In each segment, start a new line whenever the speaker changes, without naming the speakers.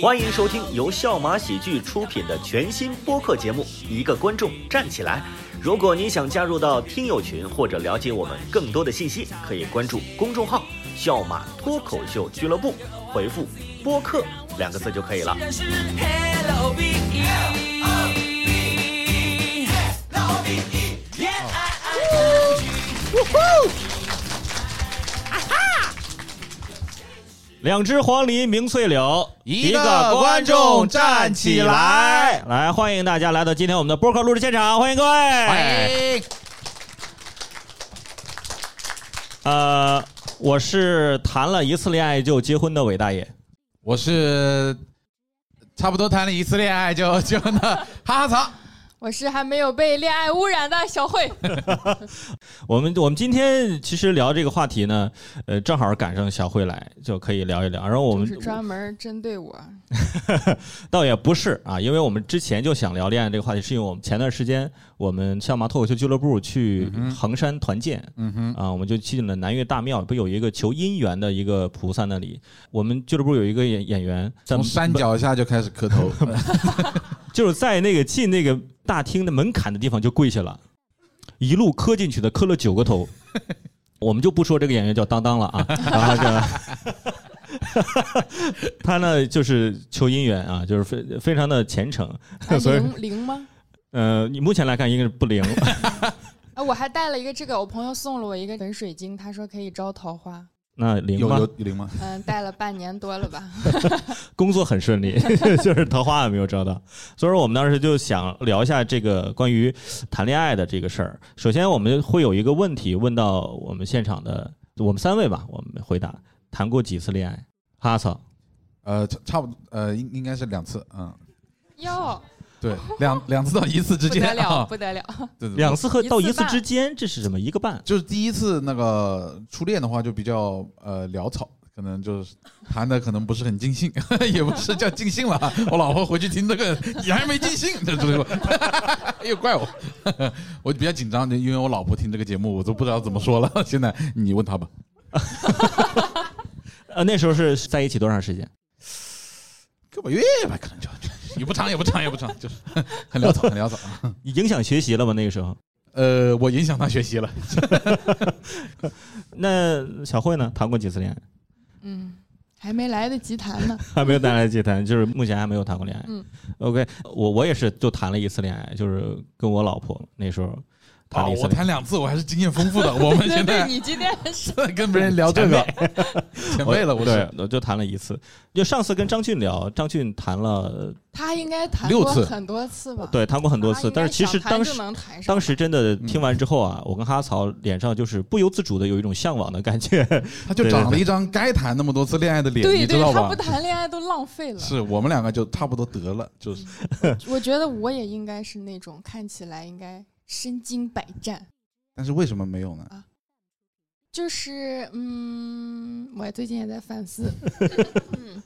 欢迎收听由笑马喜剧出品的全新播客节目《一个观众站起来》。如果你想加入到听友群或者了解我们更多的信息，可以关注公众号“笑马脱口秀俱乐部”，回复“播客”两个字就可以了。
是 Hello B E。Hello B E，恋爱爱情。
两只黄鹂鸣翠柳，
一个观众站起来！
来，欢迎大家来到今天我们的播客录制现场，欢迎各位！
哎，
呃，我是谈了一次恋爱就结婚的韦大爷。
我是差不多谈了一次恋爱就 就那哈哈草，
我是还没有被恋爱污染的小慧，
我们我们今天其实聊这个话题呢，呃，正好赶上小慧来，就可以聊一聊。然后 我
就
们
是专门针对我。
倒也不是啊，因为我们之前就想聊恋爱这个话题，是因为我们前段时间我们笑马脱口秀俱乐部去衡山团建，嗯哼，啊，我们就进了南岳大庙，不有一个求姻缘的一个菩萨那里，我们俱乐部有一个演演员，在
从山脚下就开始磕头，
就是在那个进那个大厅的门槛的地方就跪下了，一路磕进去的，磕了九个 头。我们就不说这个演员叫当当了啊，然后 这 他呢就是求姻缘啊，就是非非常的虔诚
哎，
所以
零零吗？
呃，你目前来看应该是不灵。
啊，我还带了一个这个，我朋友送了我一个粉水晶，他说可以招桃花。
那灵
有
吗
有？有灵吗？
嗯，戴了半年多了吧。
工作很顺利， 就是桃花也没有招到。所以说，我们当时就想聊一下这个关于谈恋爱的这个事儿。首先，我们会有一个问题问到我们现场的我们三位吧，我们回答谈过几次恋爱？哈操，
呃，差差不多，呃，应应该是两次，嗯，
哟，
对，两两次到一次之
不
间
得了，
啊，
不得了！
对对对，
两次和到
一
一
次
次
半
之间，这是什么？一个半？
就是第一次那个初恋的话就比较呃潦草。可能就是谈的可能不是很尽兴， 也不是叫尽兴了啊。我老婆回去听这个，你还没尽兴，这最后 又怪我，我比较紧张，因为我老婆听这个节目，我都不知道怎么说了。 现在你问她吧。
呃，那时候是在一起多长时间？
个把月吧，可能就也不长，也不长，也不长，就是很潦草，很潦草。
影响学习了吗？那个时候？
呃，我影响他学习了，
那小慧呢？谈过几次恋爱？
嗯，还没来得及谈 呢。
还没有谈来及谈，就是目前还没有谈过恋爱。
嗯
OK，我我也是就谈了一次恋爱，就是跟我老婆那时候谈
啊，
了一次
我
恋爱。
谈两次，我还是经验丰富的。我们
对
现
对，
在
你今天是
跟别人聊这个 前辈了，我
对
是，
我就谈了一次。就上次跟张俊聊，张俊谈了，
他应该谈
六
过
次
很多次吧？
对，谈过很
很
多次。但是其实当时，
能谈上
当时真的
嗯
听完之后啊，我跟哈曹脸上就是不由自主的有一种向往的感觉。
他就长了一张该谈那么多次恋爱的脸，
对
你知道
对，他
吧？
不谈恋爱都浪费了。
是我们两个就差不多得了，就是
我觉得我也应该是那种看起来应该身经百战，
但是为什么没有呢？
就是嗯，我最近也在反思，嗯，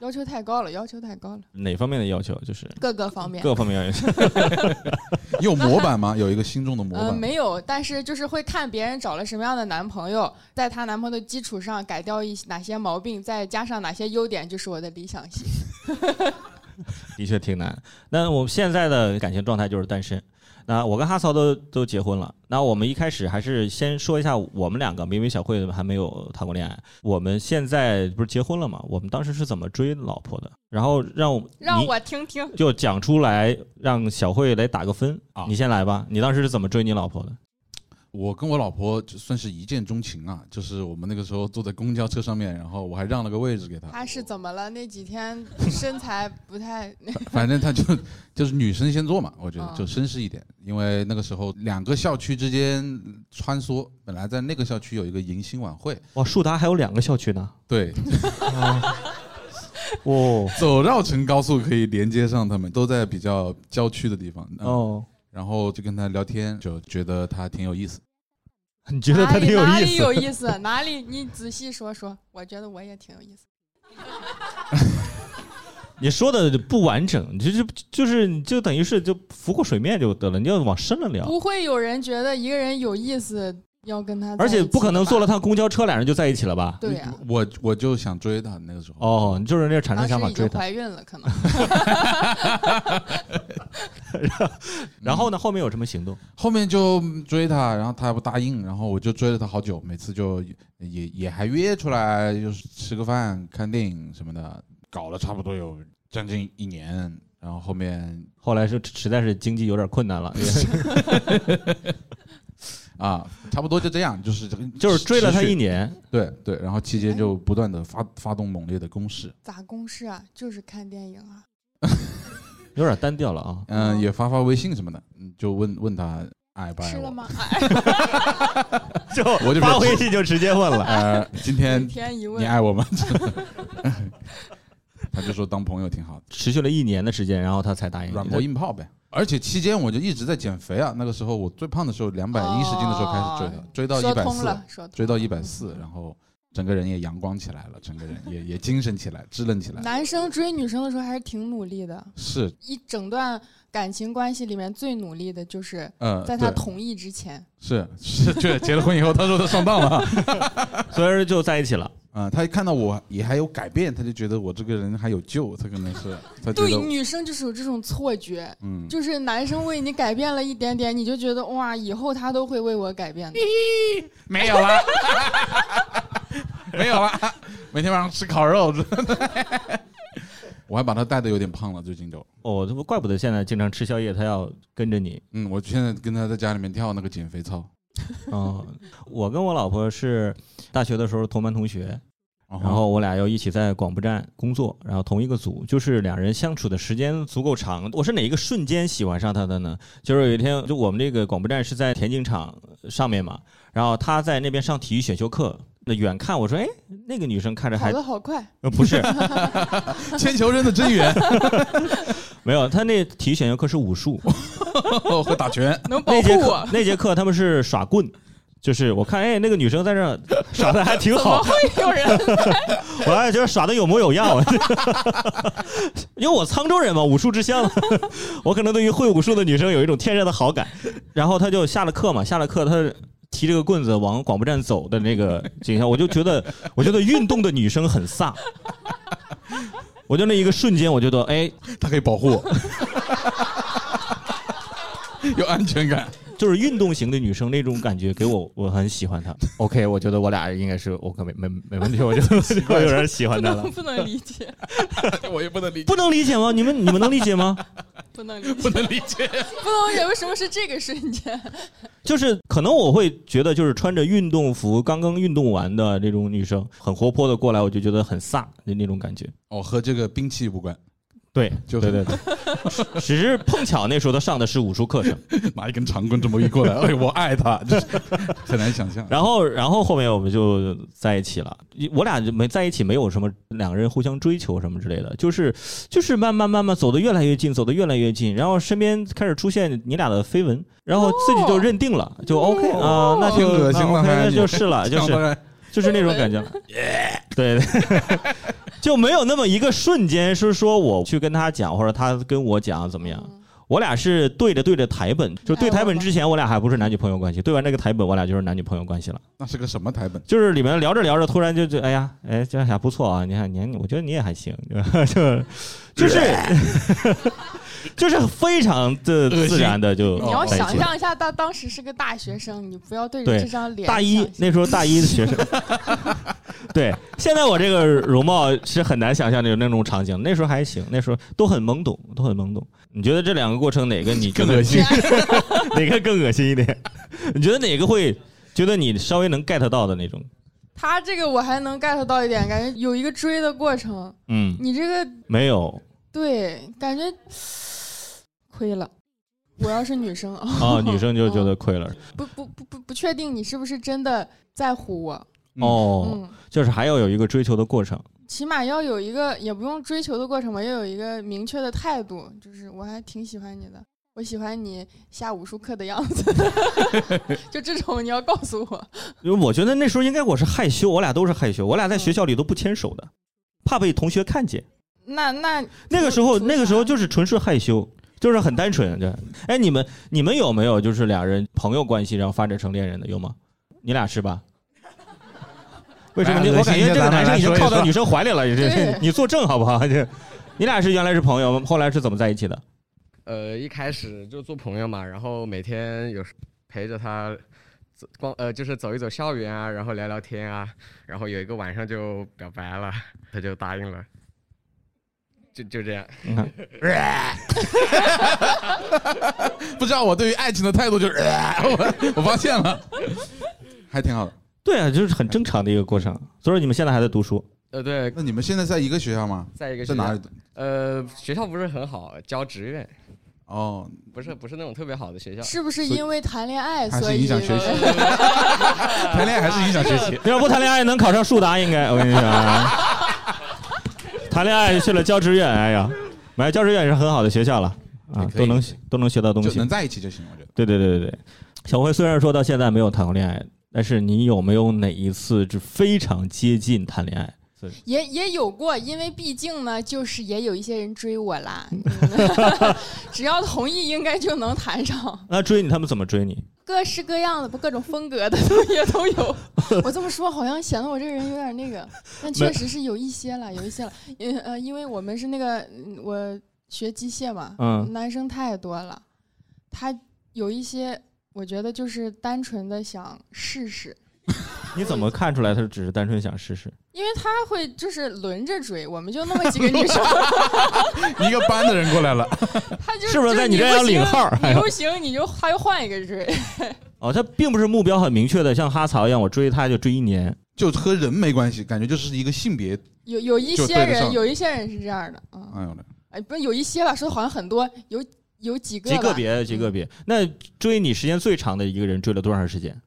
要求太高了，要求太高了，
哪方面的要求？就是
各个方面。
各方面要求。
你有模板吗？有一个心中的模
呃，
板。
没有，但是就是会看别人找了什么样的男朋友，在她男朋友的基础上改掉一些哪些毛病，再加上哪些优点，就是我的理想型。
的确挺难。那我们现在的感情状态就是单身。那我跟哈曹都都结婚了。那我们一开始还是先说一下我们两个，明明小慧还没有谈过恋爱。我们现在不是结婚了吗？我们当时是怎么追老婆的？然后让我
让
你
我听听，
就讲出来，让小慧来打个分
啊
你先来吧，你当时是怎么追你老婆的？
我跟我老婆就算是一见钟情啊，就是我们那个时候坐在公交车上面，然后我还让了个位置给 她。
她是怎么了？那几天身材不太，
反正他就就是女生先做嘛，我觉得
嗯
就绅士一点，因为那个时候两个校区之间穿梭，本来在那个校区有一个迎新晚会，
哇，树达还有两个校区呢。
对，
哦
走绕城高速可以连接上他们，都在比较郊区的地方。哦，
哦，
然后就跟他聊天，就觉得他挺有意思。
你 觉得他挺
哪
意
里
思？
有意思？哪里？你仔细说说，我觉得我也挺有意思。
你说的不完整，你就就就是你就啊等于是就浮过水面就得了，你要往深了聊。
不会有人觉得一个人有意思要跟他，
而且不可能坐了。趟公交车，俩人就在一起了吧？
对呀、
我我就想追他那个时候，
哦，你就是那产生
当
想
时已
法追
经
他，
怀孕了，可 能
然后呢，后面有什么行动？
后面就追他，然后他不答应，然后我就追了他好久，每次就也也也还约出来，就是吃个饭、看电影什么的，搞了差不多有将近一年，然后后面
后来是实在是经济有点困难 了，
啊，差不多就这样，就是这个
就是追了他
持续
一年，
对对，然后期间就不断的发发动猛烈的攻势，
咋公示啊？就是看电影啊。
有点单调了啊。
嗯、
哦
也发发微信什么的，嗯就问问他爱不爱
吃了
我，
吗？哎，
就
我就
发微信就直接问了，
呃，今天
每天一
你
问，
爱我 吗？他就说当朋友挺好的，
持续了一年的时间，然后他才答应你。
软磨硬泡呗。哎而且期间我就一直在减肥啊，那个时候我最胖的时候两百一十斤的时候开始追的，
哦
追到
说
一百
通
四
了，，说通
追到一百四，然后整个人也阳光起来了，整个人也也精神起来，支棱起来。
男生追女生的时候还是挺努力的，
是，
一整段感情关系里面最努力的就是
呃，
在他
对
同意之前，
是是， 对，结了婚以后，他说他上当了。
所以说就在一起了。
啊、他一看到我也还有改变，他就觉得我这个人还有救，他可能是他觉
对
得，
女生就是有这种错觉，
嗯，
就是男生为你改变了一点点，你就觉得哇，以后他都会为我改变的。
哎没有了， 没有了，啊每天晚上吃烤肉， 我还把他带的有点胖了，最近都，
哦，这不怪不得现在经常吃宵夜，他要跟着你。
嗯，我现在跟他在家里面跳那个减肥操，
嗯，我跟我老婆是大学的时候同班同学，
然
然后我俩要一起在广播站工作，然后同一个组，就是两人相处的时间足够长。我是哪一个瞬间喜欢上他的呢？就是有一天，就我们这个广播站是在田径场上面嘛，然后他在那边上体育选修课。那远看我说，哎，那个女生看着
跑
还
得好快，
呃不是
铅球扔的真 远，
没有，他那体育选修课是武术，
会打拳，
能保
那节
护
课
我。
那节课他们是耍棍，就是我看哎那个女生在这儿耍 的还挺
怎么
好，
会有人？
我还觉得耍的有模有样， 因为我沧州人嘛，武术之乡， 我可能对于会武术的女生有一种天然的好感。然后他就下了课嘛，下了课他提着个棍子往广播站走的那个景象，我就觉得，我觉得运动的女生很飒。 我就那一个瞬间，我觉得，哎，
他可以保护我，有安全 感。
就是运动型的女生那种感觉，给我我很喜欢她。OK，我觉得我俩应该是 OK，没没没问题，我就 我有点喜
不
欢她 了
能。不能理解，
我也不能理，
不能理解吗？你们你们能理解吗？
不能 理
不
解，
能理解。
不能理解为什么是这个瞬间。
就是可能我会觉得，就是穿着运动服刚刚运动完的这种女生，很活泼的过来，我就觉得很飒的那种感觉。
哦，和这个兵器无关，
对，
就
对
是
对对， 只是碰巧那时候她上的是武术课程，
拿一根长棍这么一过来，哎，我爱他， 就是很难想象。
然后然后后面我们就在一起了，我俩就没在一起，没有什么两个人互相追求什么之类的，就是就是慢慢慢慢走得越来越近，走得越来越近，然后身边开始出现你俩的绯闻，然后自己就认定了，
哦
就 OK 啊，那就
挺恶心
那
了
OK，
还
那
是
就是 了，啊就是
当然
就是那种 感觉，对 对，就没有那么一个瞬间是说我去跟他讲，或者他跟我讲怎么样。
嗯
我俩是对着对着台本，就对
哎我
台本之前，我俩还不是男女朋友关系，对完这个台本，我俩就是男女朋友关系了。
那是个什么台本？
就是里面聊着聊着，突然就就哎呀，哎这还不错啊，你看你，我觉得你也还行，就 就是 就是非常的自然的就
你要
在一
想
起了。
象一下，他当时是个大学生，你不要对着
哦对
这张脸想。
大一那时候大一的学生， 对，现在我这个容貌是很难想象的有那种场景，那时候还行，那时候都很懵懂，都很懵懂。你觉得这两个过程哪个你觉得
更恶心，
哪个更恶心一点？你觉得哪个会觉得你稍微能 get 到的那种？
他这个我还能 get 到一点，感觉有一个追的过程。
嗯，
你这个
没有
对，感觉亏了。我要是女生 啊，
啊、女生就觉得亏了。
不不不不不确定你是不是真的在乎我。
哦，
嗯，
就是还要有一个追求的过程。
起码要有一个，也不用追求的过程吧，要有一个明确的态度，就是我还挺喜欢你的，我喜欢你下武术课的样子， 就这种你要告诉我。
因为我觉得那时候应该我是害羞，我俩都是害羞，我俩在学
嗯
校里都不牵手的，怕被同学看见。
那那
那个时候，
图
那个时候
啥
就是纯是害羞，就是很单纯。对，哎，你们你们有没有就是俩人朋友关系，然后发展成恋人的有吗？你俩是吧？为什么你？
来
我感觉这个男生已经靠到女生怀里了，也
对
是 你作证好不好？这你俩是原来是朋友，后来是怎么在一起的？
呃，一开始就做朋友嘛，然后每天有时陪着他走逛，呃，就是走一走校园啊，然后聊聊天啊，然后有一个晚上就表白了，他就答应了，就就这样。
你看，
不知道我对于爱情的态度就是，呃我我发现了，还挺好的。
对啊，就是很正常的一个过程。所以你们现在还在读书，
呃，对，
那你们现在在一个学校吗？
在一个
在
学
哪
校
里？？
呃，学校不是很好，教职院，
哦，
不是不是那种特别好的学校。
是不是因为谈恋爱
还
所
是影
以
响学习？ 谈恋爱还是影响学习？
你要不谈恋爱能考上树达，应该我跟你讲啊， 谈恋爱去了教职院，哎呀，买教职院也是很好的学校了啊
也，可以
都能都能学到东
就
西
能。在一起就行，我觉得。
对对对对对，小辉虽然说到现在没有谈过恋爱，但是你有没有哪一次是非常接近谈恋爱？
也也有过，因为毕竟呢，就是也有一些人追我啦，
嗯
只要同意，应该就能谈上，
那追你他们怎么追你？
各式各样的不，各种风格的都 也都有。我这么说好像显得我这个人有点那个，但确实是有一些了，有一些了，因呃，因为我们是那个嗯我学机械嘛，
嗯
男生太多了，他有一些我觉得就是单纯的想试试，
你怎么看出来他只是单纯想试试？
因为他会就是轮着追，我们就那么几个女 生，
一个班的人过来了，
他就是
不是在
你
你这儿要哎领号
不行你不行，你就他就换一个追。
哦，他并不是目标很明确的，像哈曹一样，我追他就追一年。
就和人没关系，感觉就是一个性别。
有有一
就
些
对得
人，
上
有一些人是这样的啊，
哎呦我的，
哎，不是有一些吧，说的好像很多，有有几个
极个
吧
别，极个别。那追你时间最长的一个人追了多长时间？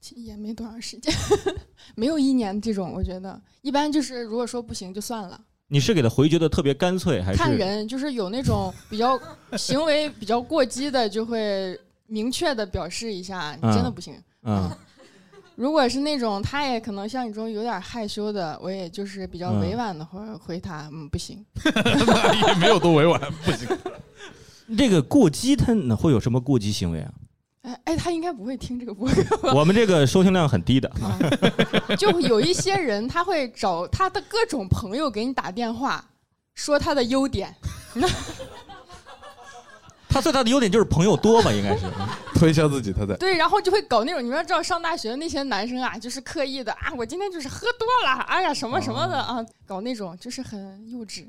其实也没多长时间， 没有一年这种，我觉得一般就是如果说不行就算了，
你是给他回绝的特别干脆，还是
看人就是有那种 比较行为比较过激的，就会明确的表示一下，你真的
嗯
不行。
嗯
如果是那种他也可能像你这种有点害羞的，我也就是比较
嗯
委婉的回回他，嗯，不行，
也 没有多委婉，不行。
这个过激他会有什么过激行 为啊？
哎哎，他应该不会听这个播客吧？
我们这个收听量很低的，
啊 就有一些人他会找他的各种朋友给你打电话，说他的优点，
他最大的优点就是朋友多吧，应该是。
推销自己，他在。
对，然后就会搞那种你们要知道上大学的那些男生啊，就是刻意的啊，我今天就是喝多了，哎呀什么什么的
哦
啊，搞那种就是很幼稚，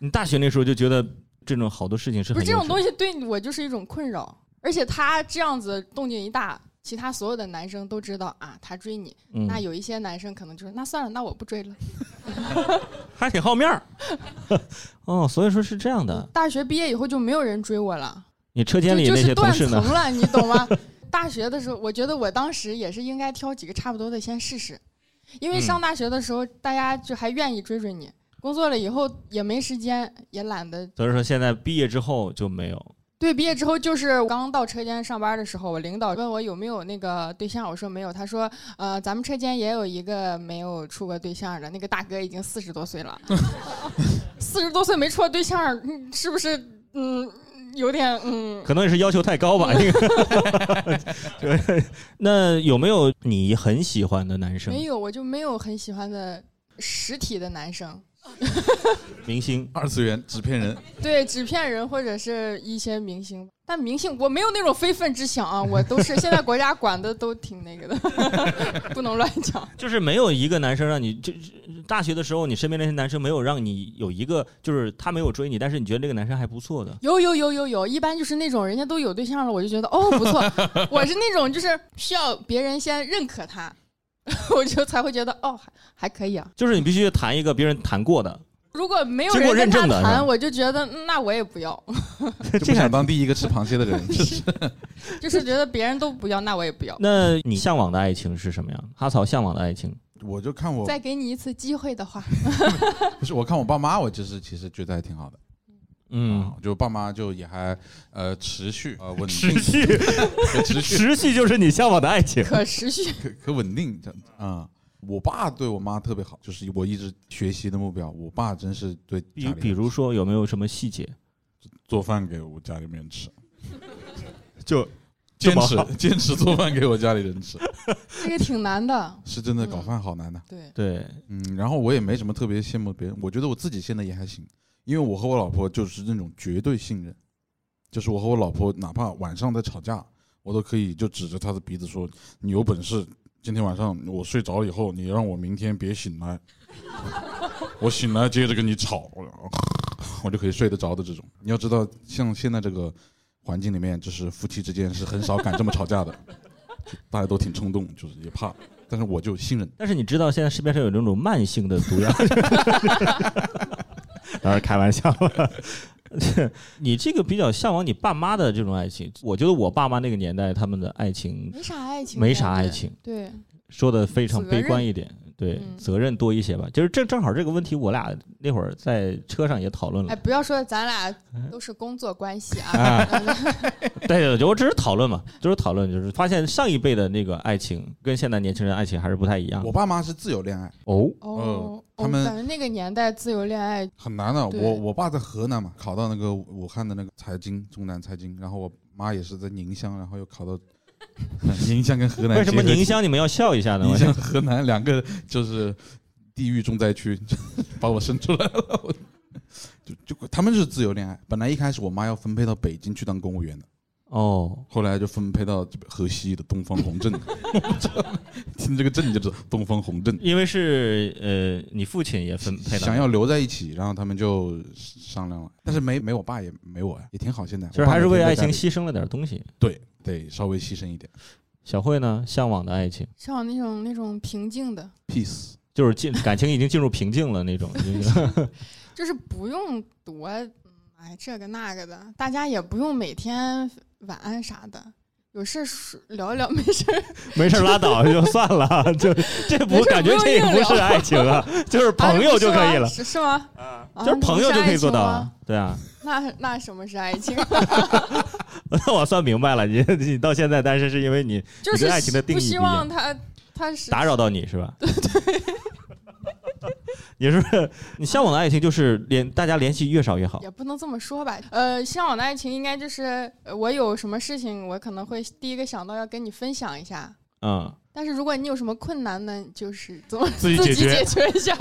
你大学那时候就觉得这种好多事情是
不
很
是这种东
西，
西对我就是一种困扰，而且他这样子动静一大，其他所有的男生都知道啊，他追你。
嗯
那有一些男生可能就是那算了，那我不追了。
还挺好面儿。 哦，所以说是这样的。
大学毕业以后就没有人追我了，
你车
就
间里
就
那
是
些同
断
事
层
呢？
了，你懂 吗？大学的时候，我觉得我当时也是应该挑几个差不多的先试试，因为
嗯
上大学的时候大家就还愿意追追你，工作了以后也没时间，也懒得。
所以说现在毕业之后就没有。
对，毕业之后就是刚到车间上班的时候，我领导问我有没有那个对象，我说没有。他说，呃，咱们车间也有一个没有处过对象的，那个大哥已经四十多岁 了，四十多岁没处过对象，嗯是不是？嗯，有点嗯，
可能也是要求太 高吧。这个 对，那有没有你很喜欢的男生
没有，我就没有很喜欢的实体的男生，
明星？
二次元纸片 人，
对，纸片人或者是一些明星。但明星我没有那种非分之想啊，我都是现在国家管的都挺那个的， 不能乱讲。
就是没有一个男生让你，就就大学的时候，你身边那些男生没有让你有一个，就是他没有追你，但是你觉得这个男生还不错的。
有有有有有，一般就是那种人家都有对象了，我就觉得哦不 错，我是那种就是需要别人先认可他， 我就才会觉得哦还还可以啊。
就是你必须谈一个别人谈过的，
如果没有
经过
人跟
认
他
证的是吧
谈，我就觉得嗯那我也不要，
就不想当第一个吃螃蟹的人，就是
就是觉得别人都不要，那我也不 要。
那你向往的爱情是什么样？哈曹向往的爱情，
我就看我
再给你一次机会的话，
不是我看我爸妈，我就是其实觉得还挺好的。啊
嗯，
就爸妈就也还呃持续呃稳定，
续，
可 持续
持续就是你向往的爱情。
可持续。
可可稳定这样子啊。我爸对我妈特别好，就是我一直学习的目标。我爸真是对家里
比
人
比如说有没有什么细节？
做饭给我家里面吃，
就
坚
这么好
持坚持做饭给我家里人吃，
这个挺难的。
是真的搞饭好难的。啊
对，
对，
嗯，然后我也没什么特别羡慕别人，我觉得我自己现在也还行，因为我和我老婆就是那种绝对信任，就是我和我老婆哪怕晚上在吵架，我都可以就指着她的鼻子说：“你有本事今天晚上我睡着以后，你让我明天别醒来，我醒来接着跟你吵。” 我就可以睡得着的这种。你要知道，像现在这个环境里面，就是夫妻之间是很少敢这么吵架的，就大家都挺冲动，就是也怕，但是我就信任。
但是你知道现在市面上有那种慢性的毒药， 当然开玩笑了。你这个比较向往你爸妈的这种爱情，我觉得我爸妈那个年代他们的爱情
没啥爱情，
没啥爱。情，
对，
说的非常
责
悲
任
观一点，对，
嗯
责任多一些吧。就是正正好这个问题，我俩那会儿在车上也讨论了
哎，。不要说咱俩
嗯
都是工作关系啊，
啊， 对，我只是讨论嘛，就是讨论，就是发现上一辈的那个爱情跟现在年轻人的爱情还是不太一样
我。爸妈是自由恋爱，
哦，
哦，
嗯他们
我感觉那个年代自由恋爱，
很难的。
对
我我爸在河南嘛，考到那个武汉的那个财经，中南财经，然后我妈也是在宁乡，然后又考到 宁乡跟河南
为什么
结合
宁乡你们要笑一下呢？
宁乡河南两个就是地域重灾区， 把我生出来了。我就就他们是自由恋爱，本来一开始我妈要分配到北京去当公务员的，
哦，
后来就分配到这个河西的东方红镇， 听这个镇你就知道东方红镇。
因为是呃，你父亲也分配到，
想要留在一起，然后他们就商量了，但是没没我爸也没我呀，也挺好。现在
其实还是为爱情
牺
牺牲了点东西。
对得稍微牺牲一点
小慧呢，向往的爱情
像我那种那种平静的，
，peace。
就是进感情已经进入瓶颈了 那种，就是
就是不用多，嗯哎，这个那个的，大家也不用每天晚安啥的，有事说聊一聊，没事儿
没事儿拉倒就算 了，就这
没
不
事儿
感觉这也
不用
不
硬
是
聊
爱情啊，就是朋友就可以了
啊，是是吗？啊，
就是朋友就可以做到
那不
啊，对啊。
是爱情吗。那那什么是爱情？啊
那我算明白了，你你到现在单身是因为你
就
你对
是
爱情的定义
不
不一
希
样
望他他是
打扰到你是吧？对。 你是不是你向往的爱情就是联大家联系越少越好？
也不能这么说吧。呃，向往的爱情应该就是呃我有什么事情，我可能会第一个想到要跟你分享一下。
嗯，
但是如果你有什么困难呢，就是怎么
自己解
解
决
决一下。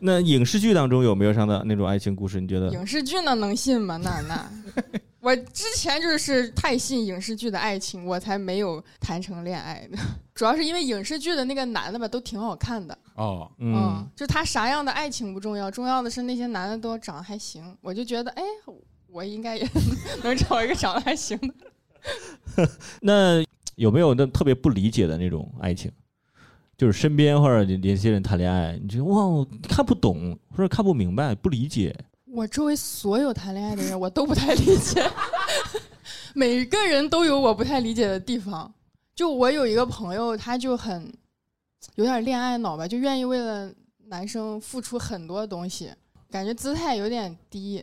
那影视剧当中有没有这样的那种爱情故事？你觉得
影视剧呢能信吗？那那，我之前就是太信影视剧的爱情，我才没有谈成恋爱的。 主要是因为影视剧的那个男的吧，都挺好看的，
哦，
嗯，
就他啥样的爱情不重要，重要的是那些男的都长得还行。我就觉得，哎，我应该也 能找一个长得还行的。
那有没有那特别不理解的那种爱情？就是身边或者你联系人谈恋爱，你觉得哇，我看不懂或者看不明白，不理解。
我周围所有谈恋爱的人，我都不太理解， 每个人都有我不太理解的地方。就我有一个朋友，他就很有点恋爱脑吧，就愿意为了男生付出很多东西，感觉姿态有点低，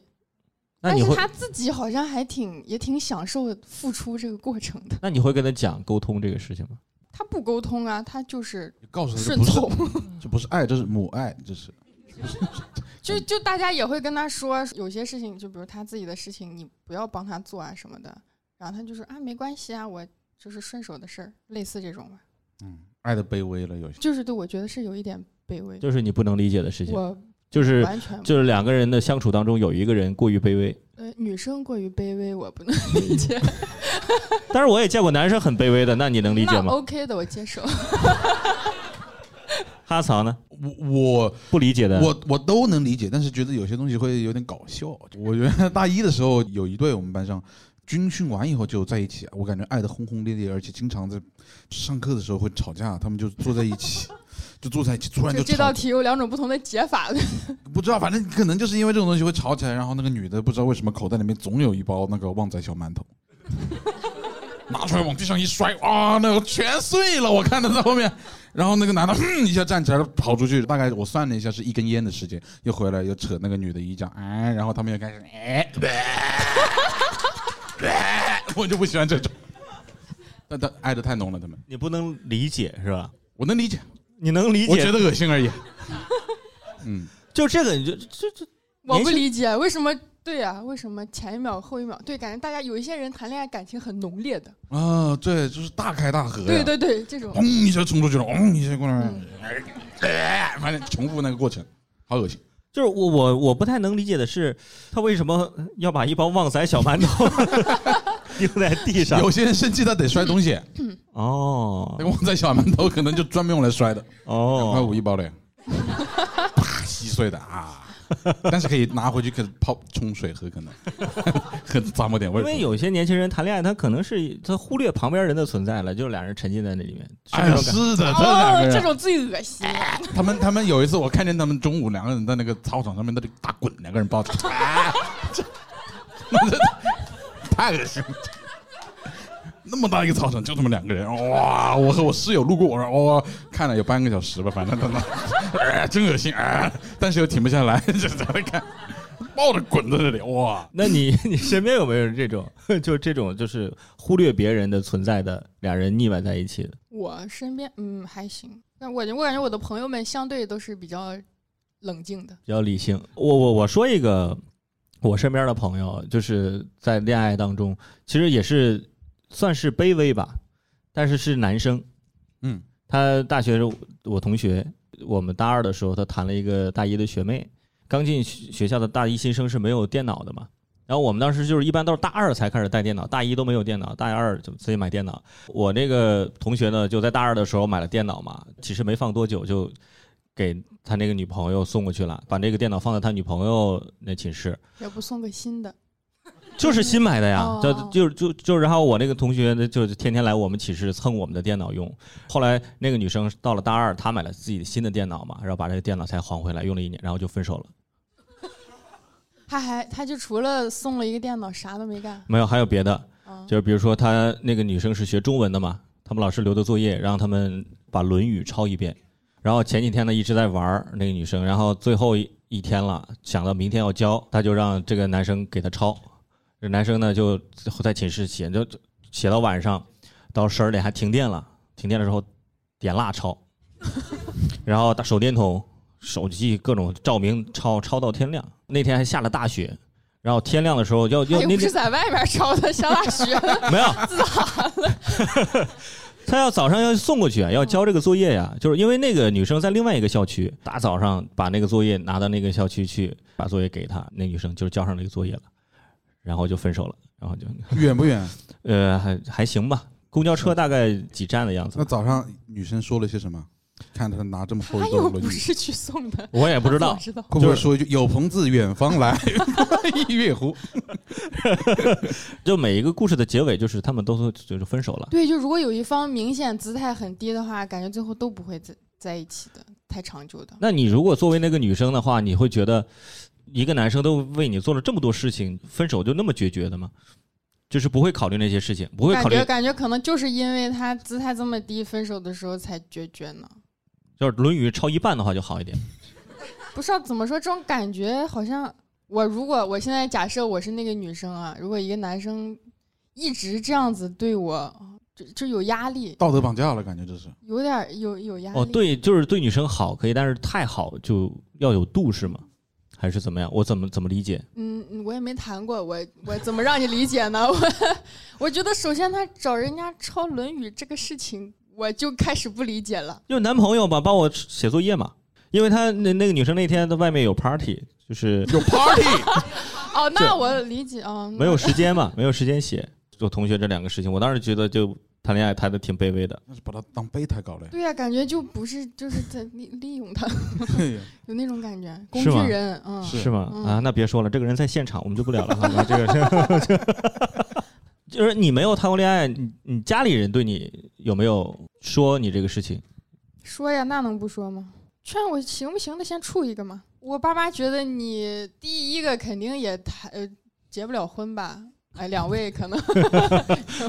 那
但
你
是
会
他自己好像还挺也挺享受付出这个过程的。
那你会跟他讲沟通这个事情吗？
他不沟通啊，他就是
告诉他这
顺
不是
从，
这不是爱，这是母爱，这是
就
嗯
就大家也会跟他说，有些事情，就比如他自己的事情，你不要帮他做啊什么的。然后他就说啊，没关系啊，我就是顺手的事儿，类似这种吧。
嗯，爱的卑微了有些。
就是对我觉得是有一点卑微，
就是你不能理解的事情，
我
就是
完全
就是两个人的相处当中有一个人过于卑微，
呃，女生过于卑微，我不能
嗯
理解。
但是我也见过男生很卑微的，那你能理解
那
吗？
OK 的，我接受。
哈曹呢？
我
不理解
我
的，
我我都能理解，但是觉得有些东西会有点搞笑。我原来大一的时候有一对我们班上。军训完以后就在一起，啊我感觉爱的轰轰烈烈，而且经常在上课的时候会吵架，他们就坐在一起， 就坐在一起，突然
这
就
这
吵
道题有两种不同的解法的，
不知道，反正可能就是因为这种东西会吵起来，然后那个女的不知道为什么口袋里面总有一包那个旺仔小馒头， 拿出来往地上一摔，啊，那个全碎了，我看到在后面。然后那个男的嗯哼一下站起来了，跑出去，大概我算了一下是一根烟的时间，又回来又扯那个女的衣角，哎，然后他们又开始，哎， 呃呃我就不喜欢这种。但他爱的太浓了，他们
你不能理解是吧？
我能理解，
你能理
我觉
解，
得恶心而已。嗯，
就这个你就这这
我不
年轻
理解为什么对呀、为什么前一秒后一秒？对，感觉大家有一些人谈恋爱感情很浓烈的，
啊，对，就是大开大合呀，
啊
对对对， 这种
轰一下冲出去了，轰一下过来，哎，反正重复那个过程，好恶心。
就是我我我不太能理解的是，他为什么要把一包旺仔小馒头 丢在地上
有？些人生气他得摔东西，
哦
那个旺仔小馒头可能就专门用来摔的，两块
哦，
五一包的，啪稀碎的啊，但是可以拿回去可以泡冲水喝，可能喝咂摸点味
因为
儿。
有些年轻人谈恋爱，他可能是他忽略旁边人的存在了，就俩人沉浸在那里面。是
哎
这
呀，
种感觉
是的，这两
哦
个，
这
人，
种最恶心了。
他们他们有一次我看见他们中午两个人在那个操场上面在那里打滚，两个人抱着，啊这妈的太恶心了。那么大一个操场，就他们两个人，哇！我和我室友路过，我说哇、看了有半个小时吧，反正他那，哎， 真恶心啊！但是又停不下来，就在那看，抱着滚在那里，哇！
那你你身边有没有这种， 就这种就是忽略别人的存在的俩人腻歪在一起的？
我身边嗯还行，但我我感觉我的朋友们相对都是比较冷静的。
比较理性。我我我说一个，我身边的朋友就是在恋爱当中，其实也是算是卑微吧，但是是男生。
嗯，
他大学是我同学，我们大二的时候，他谈了一个大一的学妹。刚进学学校的大一新生是没有电脑的嘛，然后我们当时就是一般都是大二才开始带电脑，大一都没有电脑，大二就自己买电脑。我那个同学呢，就在大二的时候买了电脑嘛，其实没放多久就给他那个女朋友送过去了，把这个电脑放在他女朋友那寝室，
要不送个新的？
就是新买的呀
哦，
就就就就然后我那个同学呢，就天天来我们寝室蹭我们的电脑用。后来那个女生到了大二，她买了自己的新的电脑嘛，然后把这个电脑才还回来，用了一年，然后就分手了。
他还他就除了送了一个电脑，啥都没干。
没有，还有别的，
啊
就是比如说她那个女生是学中文的嘛，他们老师留的作业让他们把《论语》抄一遍。然后前几天呢一直在玩儿那个女生，然后最后一一天了，想到明天要交，她就让这个男生给她抄。这男生呢就在寝室写，就就写到晚上，到十二点还停电了，停电了之后点蜡抄，然后打手电筒、手机各种照明抄，抄到天亮。那天还下了大雪，然后天亮的时候要
他
要
又
那
不
天
是在外面烧的，上大学
没有，他要早上要送过去啊，要交这个作业呀、就是因为那个女生在另外一个校区，大早上把那个作业拿到那个校区去，把作业给他，那女生就交上那个作业了，然后就分手了，然后就
远不远？
呃还还行吧，公交车大概几站的样子
那，早上女生说了些什么？看他拿这么厚
他
一摞
又
轮
不
椅，
是去送的，
我也不知
我
道。
知道。
会不会说一句“有朋自远方来， 月湖
就每一个故事的结尾，就是他们都是就是分手了。
对，就如果有一方明显姿态很低的话，感觉最后都不会在在一起的，太长久的。
那你如果作为那个女生的话，你会觉得一个男生都为你做了这么多事情，分手就那么决绝的吗？就是不会考虑那些事情，不会
感
考虑
觉感觉可能就是因为他姿态这么低，分手的时候才决绝呢。
就是《论语》抄一半的话就好一点。
不知道怎么说，这种感觉好像我如果我现在假设我是那个女生啊，如果一个男生一直这样子对我，就就有压”，力，
道德绑架了，感觉这是。
有点儿有有压力。
哦，，对，就是对女生好可以，但是太好就要有度是吗？还是怎么样？我怎么怎么理解？
嗯，我也没谈过，我我怎么让你理解呢？我 我觉得首先他找人家抄《论语》这个事情，我就开始不理解了。
因为男朋友嘛，帮我写作业嘛，因为他那那个女生那天在外面有 party，就是
有 party，
哦，
是嗯
那我理解啊，
没有时间嘛，没有时间写。就同学这两个事情，我当时觉得就谈恋爱谈的挺卑微的。
那是把他当备胎 搞了。
对呀、感觉就不是就是在利利用他， 有那种感觉，工
是
具
吗
人，嗯，
是
是吗？
嗯
啊，那别说了，这个人在现场，我们就不聊了哈。这个是， 就是你没有谈过恋爱，你你家里人对你有没有说你这个事情？
说呀，那能不说吗？劝我行不行的，先处一个嘛。我爸妈觉得你第一个肯定也谈呃结不了婚吧？哎，两位可 能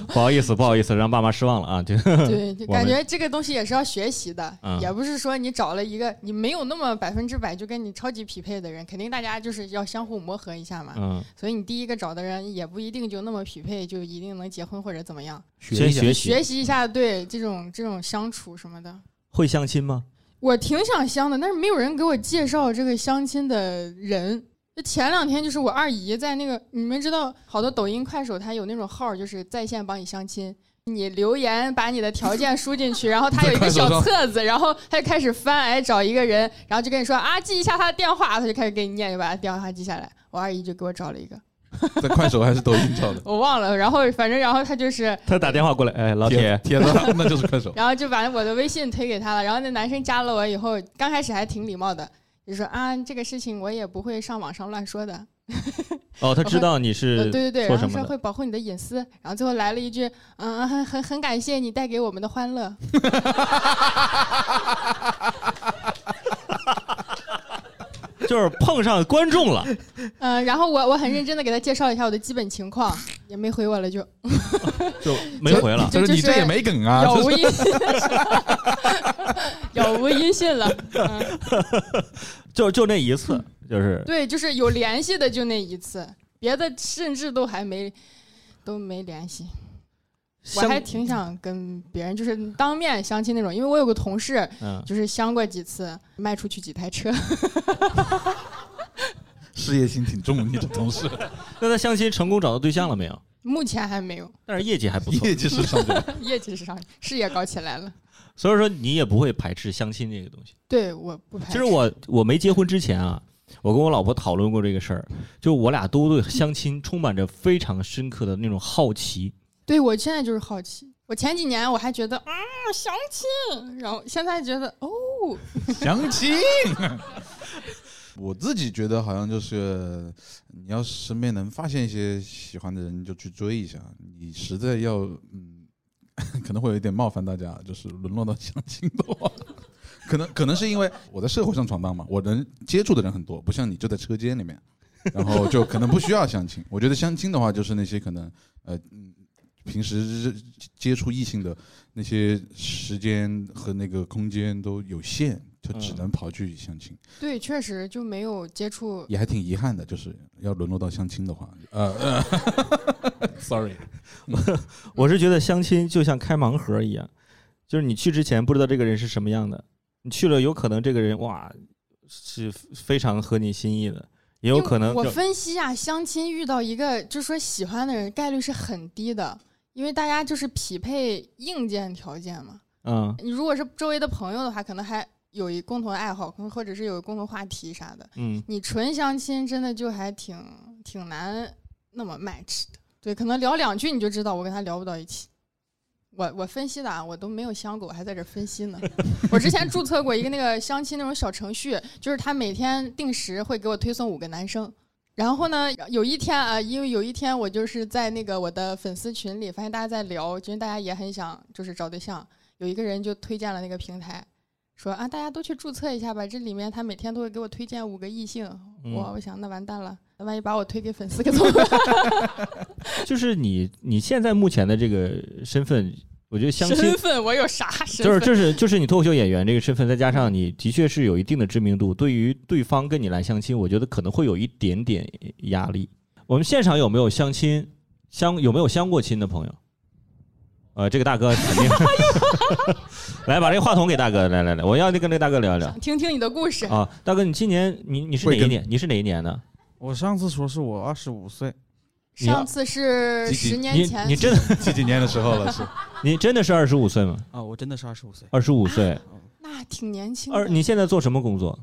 不好意思，不好意思，让爸妈失望了啊。这个
对，就感觉这个东西也是要学习的，
嗯
也不是说你找了一个你没有那么百分之百就跟你超级匹配的人，肯定大家就是要相互磨合一下嘛。
嗯，
所以你第一个找的人也不一定就那么匹配，就一定能结婚或者怎么样。
先学习，
学习一下对这种这种相处什么的，
会相亲吗？
我挺想相的，但是没有人给我介绍这个相亲的人，就前两天就是我二姨在那个，你们知道，好多抖音、快手它有那种号，就是在线帮你相亲。你留言把你的条件输进去，然后他有一个小册子，然后他就开始翻，哎，找一个人，然后就跟你说啊，记一下他的电话，他就开始给你念，就把他电话记下来。我二姨就给我找了一个，？
在快手还是抖音找 的
我忘了，然后反正然后他就是，
他打电话过来，哎，老
铁
铁，
铁子，那就是快手。
然后就把我的微信推给他了，然后那男生加了我以后，刚开始还挺礼貌的，就说啊，这个事情我也不会上网上乱说的，
哦，他知道你
呃
是
对对对，
说
然后
什么
说
的
会保护你的隐私，然后最后来了一句，嗯，很很很感谢你带给我们的欢乐。
就是碰上观众了，
嗯，然后我我很认真的给他介绍一下我的基本情况，也没回我了就，
就 没回 了。
就是你这也没梗啊，
杳
这
无
是
音， 杳无音信了。嗯，
就就那一次，就是
对，就是有联系的就那一次，别的甚至都还没都没联系。我
相
还挺想跟别人就是当面相亲那种，因为我有个同事
嗯，
就是相过几次，卖出去几台车。
事业心挺重，你这同事
那他相亲成功找到对象了没有？
目前还没有，
但是业绩还 不错，
业绩是上去 了。
业绩上事业搞起来了。
所以说你也不会排斥相亲这个东西。
对，我不排
其
斥。
实我我没结婚之前啊，我跟我老婆讨论过这个事儿，就我俩都对相亲充满着非常深刻的那种好奇。
对我现在就是好奇。我前几年我还觉得啊、相亲，然后现在觉得哦，
相亲。我自己觉得好像就是，你要身边能发现一些喜欢的人，你就去追一下。你实在要，嗯， 可能会有一点冒犯大家，就是沦落到相亲的话， 可能可能是因为我在社会上闯荡嘛，我能接触的人很多，不像你就在车间里面，然后就可能不需要相亲。我觉得相亲的话，就是那些可能呃，嗯平时接触异性的那些时间和那个空间都有限，就只能跑去相亲，
对，确实就没有接触。
也还挺遗憾的。就是要沦落到相亲的话， 呃呃，sorry，
嗯
我是觉得相亲就像开盲盒一样，就是你去之前不知道这个人是什么样的，你去了有可能这个人哇是非常合你心意的，也有可能
因为我分析啊，相亲遇到一个就说喜欢的人概率是很低的，因为大家就是匹配硬件条件嘛。
嗯
你如果是周围的朋友的话，可能还有一共同爱好，可能或者是有共同话题啥的。
嗯，
你纯相亲真的就还挺挺难那么 match 的。对，可能聊两句你就知道我跟他聊不到一起。我我分析的啊，我都没有相过，我还在这分析呢。 我之前注册过一个那个相亲那种小程序，就是他每天定时会给我推送五个男生。然后呢，有一天啊，因为有一天我就是在那个我的粉丝群里发现大家在聊，觉得大家也很想就是找对象，有一个人就推荐了那个平台，说啊，大家都去注册一下吧，这里面他每天都会给我推荐五个异性，
嗯
我我想那完蛋了，那万一把我推给粉丝可怎么办？
就是你你现在目前的这个身份，我觉得相亲
身份我有啥身
就是
份？
就是就是你脱口秀演员这个身份，再加上你的确是有一定的知名度，对于对方跟你来相亲，我觉得可能会有一点点压力。我们现场有没有相亲相有没有相过亲的朋友？呃，这个大哥肯定， 来把这个话筒给大哥，来来来，我要跟这个大哥聊一聊
想听听你的故事，
啊，大哥，你今年你你是哪
会
一
跟
年？你是哪一年的？
我上次说是我二十五岁，
你要
上次是
几几
十年
你
前，
你真的
几几年的时候了是？
你真的是二十五岁吗？
啊，我真的是二十五岁。
二十五岁，
那挺啊年轻的。
二你现在做什么工作？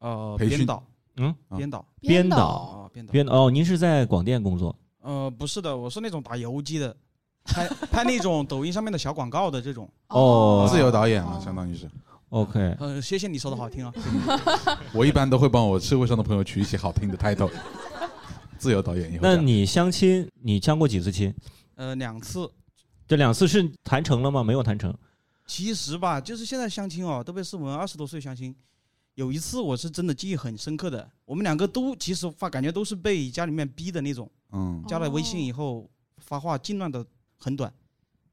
呃，
培训啊
编导，
嗯，
编导
编导
导，
啊，编导，
编哦，您是在广电工作
呃，不是的，我是那种打游击的，拍 拍那种抖音上面的小广告的这种。
哦
自由导演了，相当于是。
？OK，
呃，谢谢你说的好听 啊，
我一般都会帮我社会上的朋友取一些好听的 title。自由导演以后这
那
样，
你相亲你相过几次亲？
呃，两次。
这两次是谈成了吗？没有谈成。
其实吧，就是现在相亲哦，特别是我们二十多岁相亲，有一次我是真的记忆很深刻的，我们两个都其实发感觉都是被家里面逼的那种，
嗯，
加了微信
哦
以后发话尽量的很短，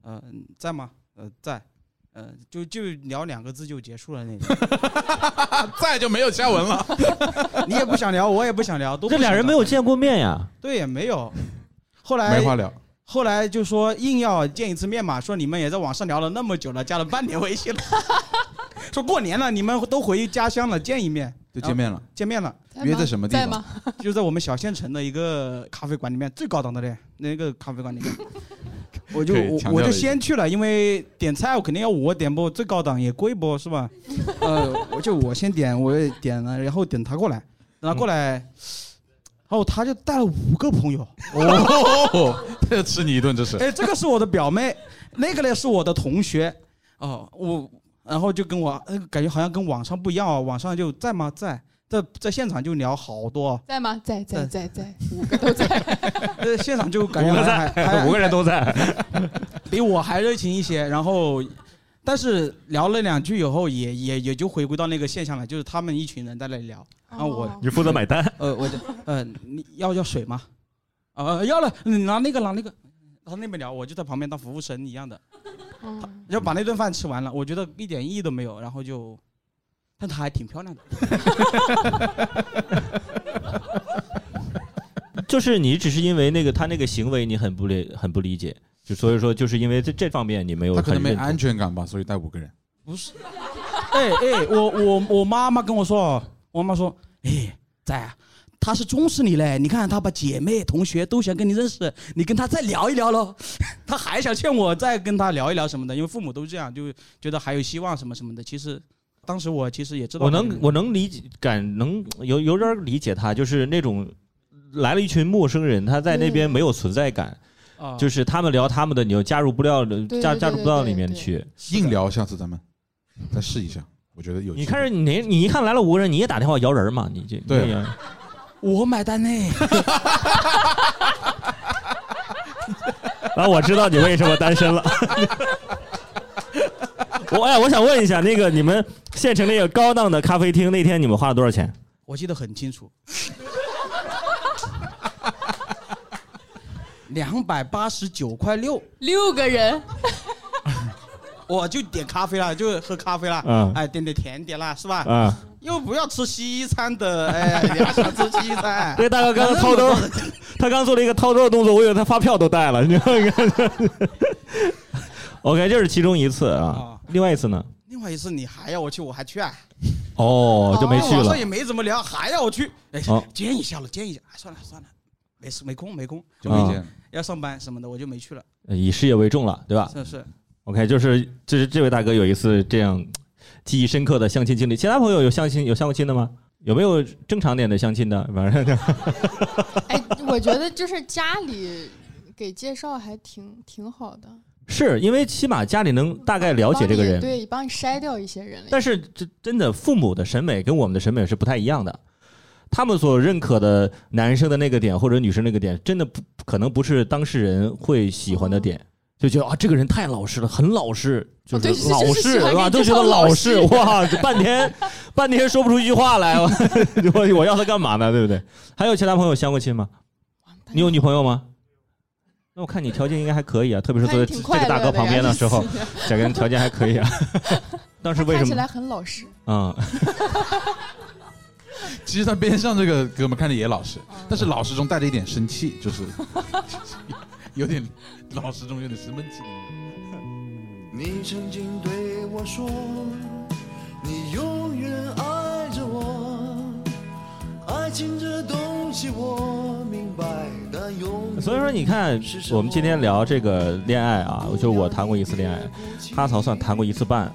嗯、在吗？呃，在，呃，就就聊两个字就结束了那种。
再就没有下文了。
你也不想聊，我也不想聊，都不
这俩
想
人
聊
没有，见过面呀？
对，也没有。后来
没话聊，
后来就说硬要见一次面嘛，说你们也在网上聊了那么久了，加了 半年微信了，说过年了，你们都回家乡了，见一面，
就见面了。
见面了。
在
约
吗
在什么地
在
方
吗？
就在我们小县城的一个咖啡馆里面，最高档的嘞，那个咖啡馆里 面，我就
可以
我
强调
我就
一下
先去了，因为点菜我肯定要我点不，最高档也贵不是 吧？呃，我就我先点，我也点了，然后等他过来，等他过来，然后他就带了五个朋 友，
哦， 这吃你一顿这是。
哎，这个是我的表妹，那个呢是我的同学，哦，我然后就跟我、呃、感觉好像跟网上不一样哦，网上就在吗在，在在现场就聊好多、哦。
在吗？在在
嗯
在在， 五个都在。
呃，现场就感觉
五个
还
在，
还
五个人都在。
比我还热情一些，然后。但是聊了两句以后也，也也就回归到那个现象了，就是他们一群人在那里聊，啊我
哦
你负责买单，
呃，我就呃，你要要水吗？啊、呃，要了，你拿那个拿那个，他那边聊，我就在旁边当服务生一样的，
嗯
然后把那顿饭吃完了，我觉得一点意义都没有，然后就，但她还挺漂亮的，
就是你只是因为那个他那个行为你很不理很不理解，就所以说就是因为这这方面你没有
他
很
可能没
认同
安全感吧，所以带五个人。
不是， 哎哎，我我我妈妈跟我说，我妈说，哎，仔啊，她是重视你嘞，你看她把姐妹同学都想跟你认识，你跟她再聊一聊喽， 她还想劝我再跟她聊一聊什么的，因为父母都这样，就觉得还有希望什么什么的。其实当时我其实也知道，
我能我能理解，感能有有点儿理解他，就是那种来了一群陌生人，他在那边没有存在感，
啊，
就是是他们聊他们的，你又加入不了
对
加
对
加入
对
不到
对
里面
对
去。
硬聊，下次咱们再试一下，我觉得有机会。
你看着你你一看来了五个人，你也打电话摇人嘛？你这
对
你也
我买单嘞，
啊，我知道你为什么单身了。 我哎，我想问一下，那个你们县城那个高档的咖啡厅，那天你们花了多少钱？
我记得很清楚。 两百八十九块六，
六个人，
我就点咖啡了，就喝咖啡了，
嗯
哎，点点甜点啦，是吧？
啊，
又不要吃西餐的，哎， 你还想吃西餐？
这大哥刚刚掏兜，他刚做了一个掏兜的动作，我以为他发票都带了。你知道吗 OK，这是其中一次啊
啊，
另外一次呢？
另外一次你还要我去，我还去啊，
哦，就没去
网
了
上也。没怎么聊，还要我去，哎
哦，
见一下了，见一下，哎算了算了，没事，没空没空，
就没见。
要上班什么的，我就没去了，
以事业为重了，对吧
真的是。
？OK，就是就是这位大哥有一次这样记忆深刻的相亲经历，其他朋友有相亲有相过亲的吗？有没有正常点的相亲的？反正就
哎，我觉得就是家里给介绍还挺挺好的，
是因为起码家里能大概了解这个
帮你
人，
哦对，帮你筛掉一些人了。
但是这真的父母的审美跟我们的审美是不太一样的。他们所认可的男生的那个点或者女生那个点，真的不可能不是当事人会喜欢的点，就觉得啊，这个人太老实了，很老实，就
哦对
是老
就是
实
喜欢
对吧？
跟
都
这
觉得
种
老
老
实
实
哇，这半天 半天说不出一句话来，我我我要他干嘛呢？对不对？还有其他朋友相过亲吗？
哎完蛋
你有女朋友吗？那我看你条件应该还可以啊，特别是
还
坐在这
挺
这
快
个
乐
大哥
的
旁边的
呀
时候，这个人条件还可以啊。 当时为
看
什
起来
么？
很老实，
嗯，
其实他边上这个哥们看着也老实，
嗯
但是老实中带着一点生气，就是 有点老实中有点生闷气。
你曾经对我说，你永远爱着我，爱情这东西我明白，但永远
所以说你看，我们今天聊这个恋爱啊，就我谈过一次恋爱，哈曹算谈过一次半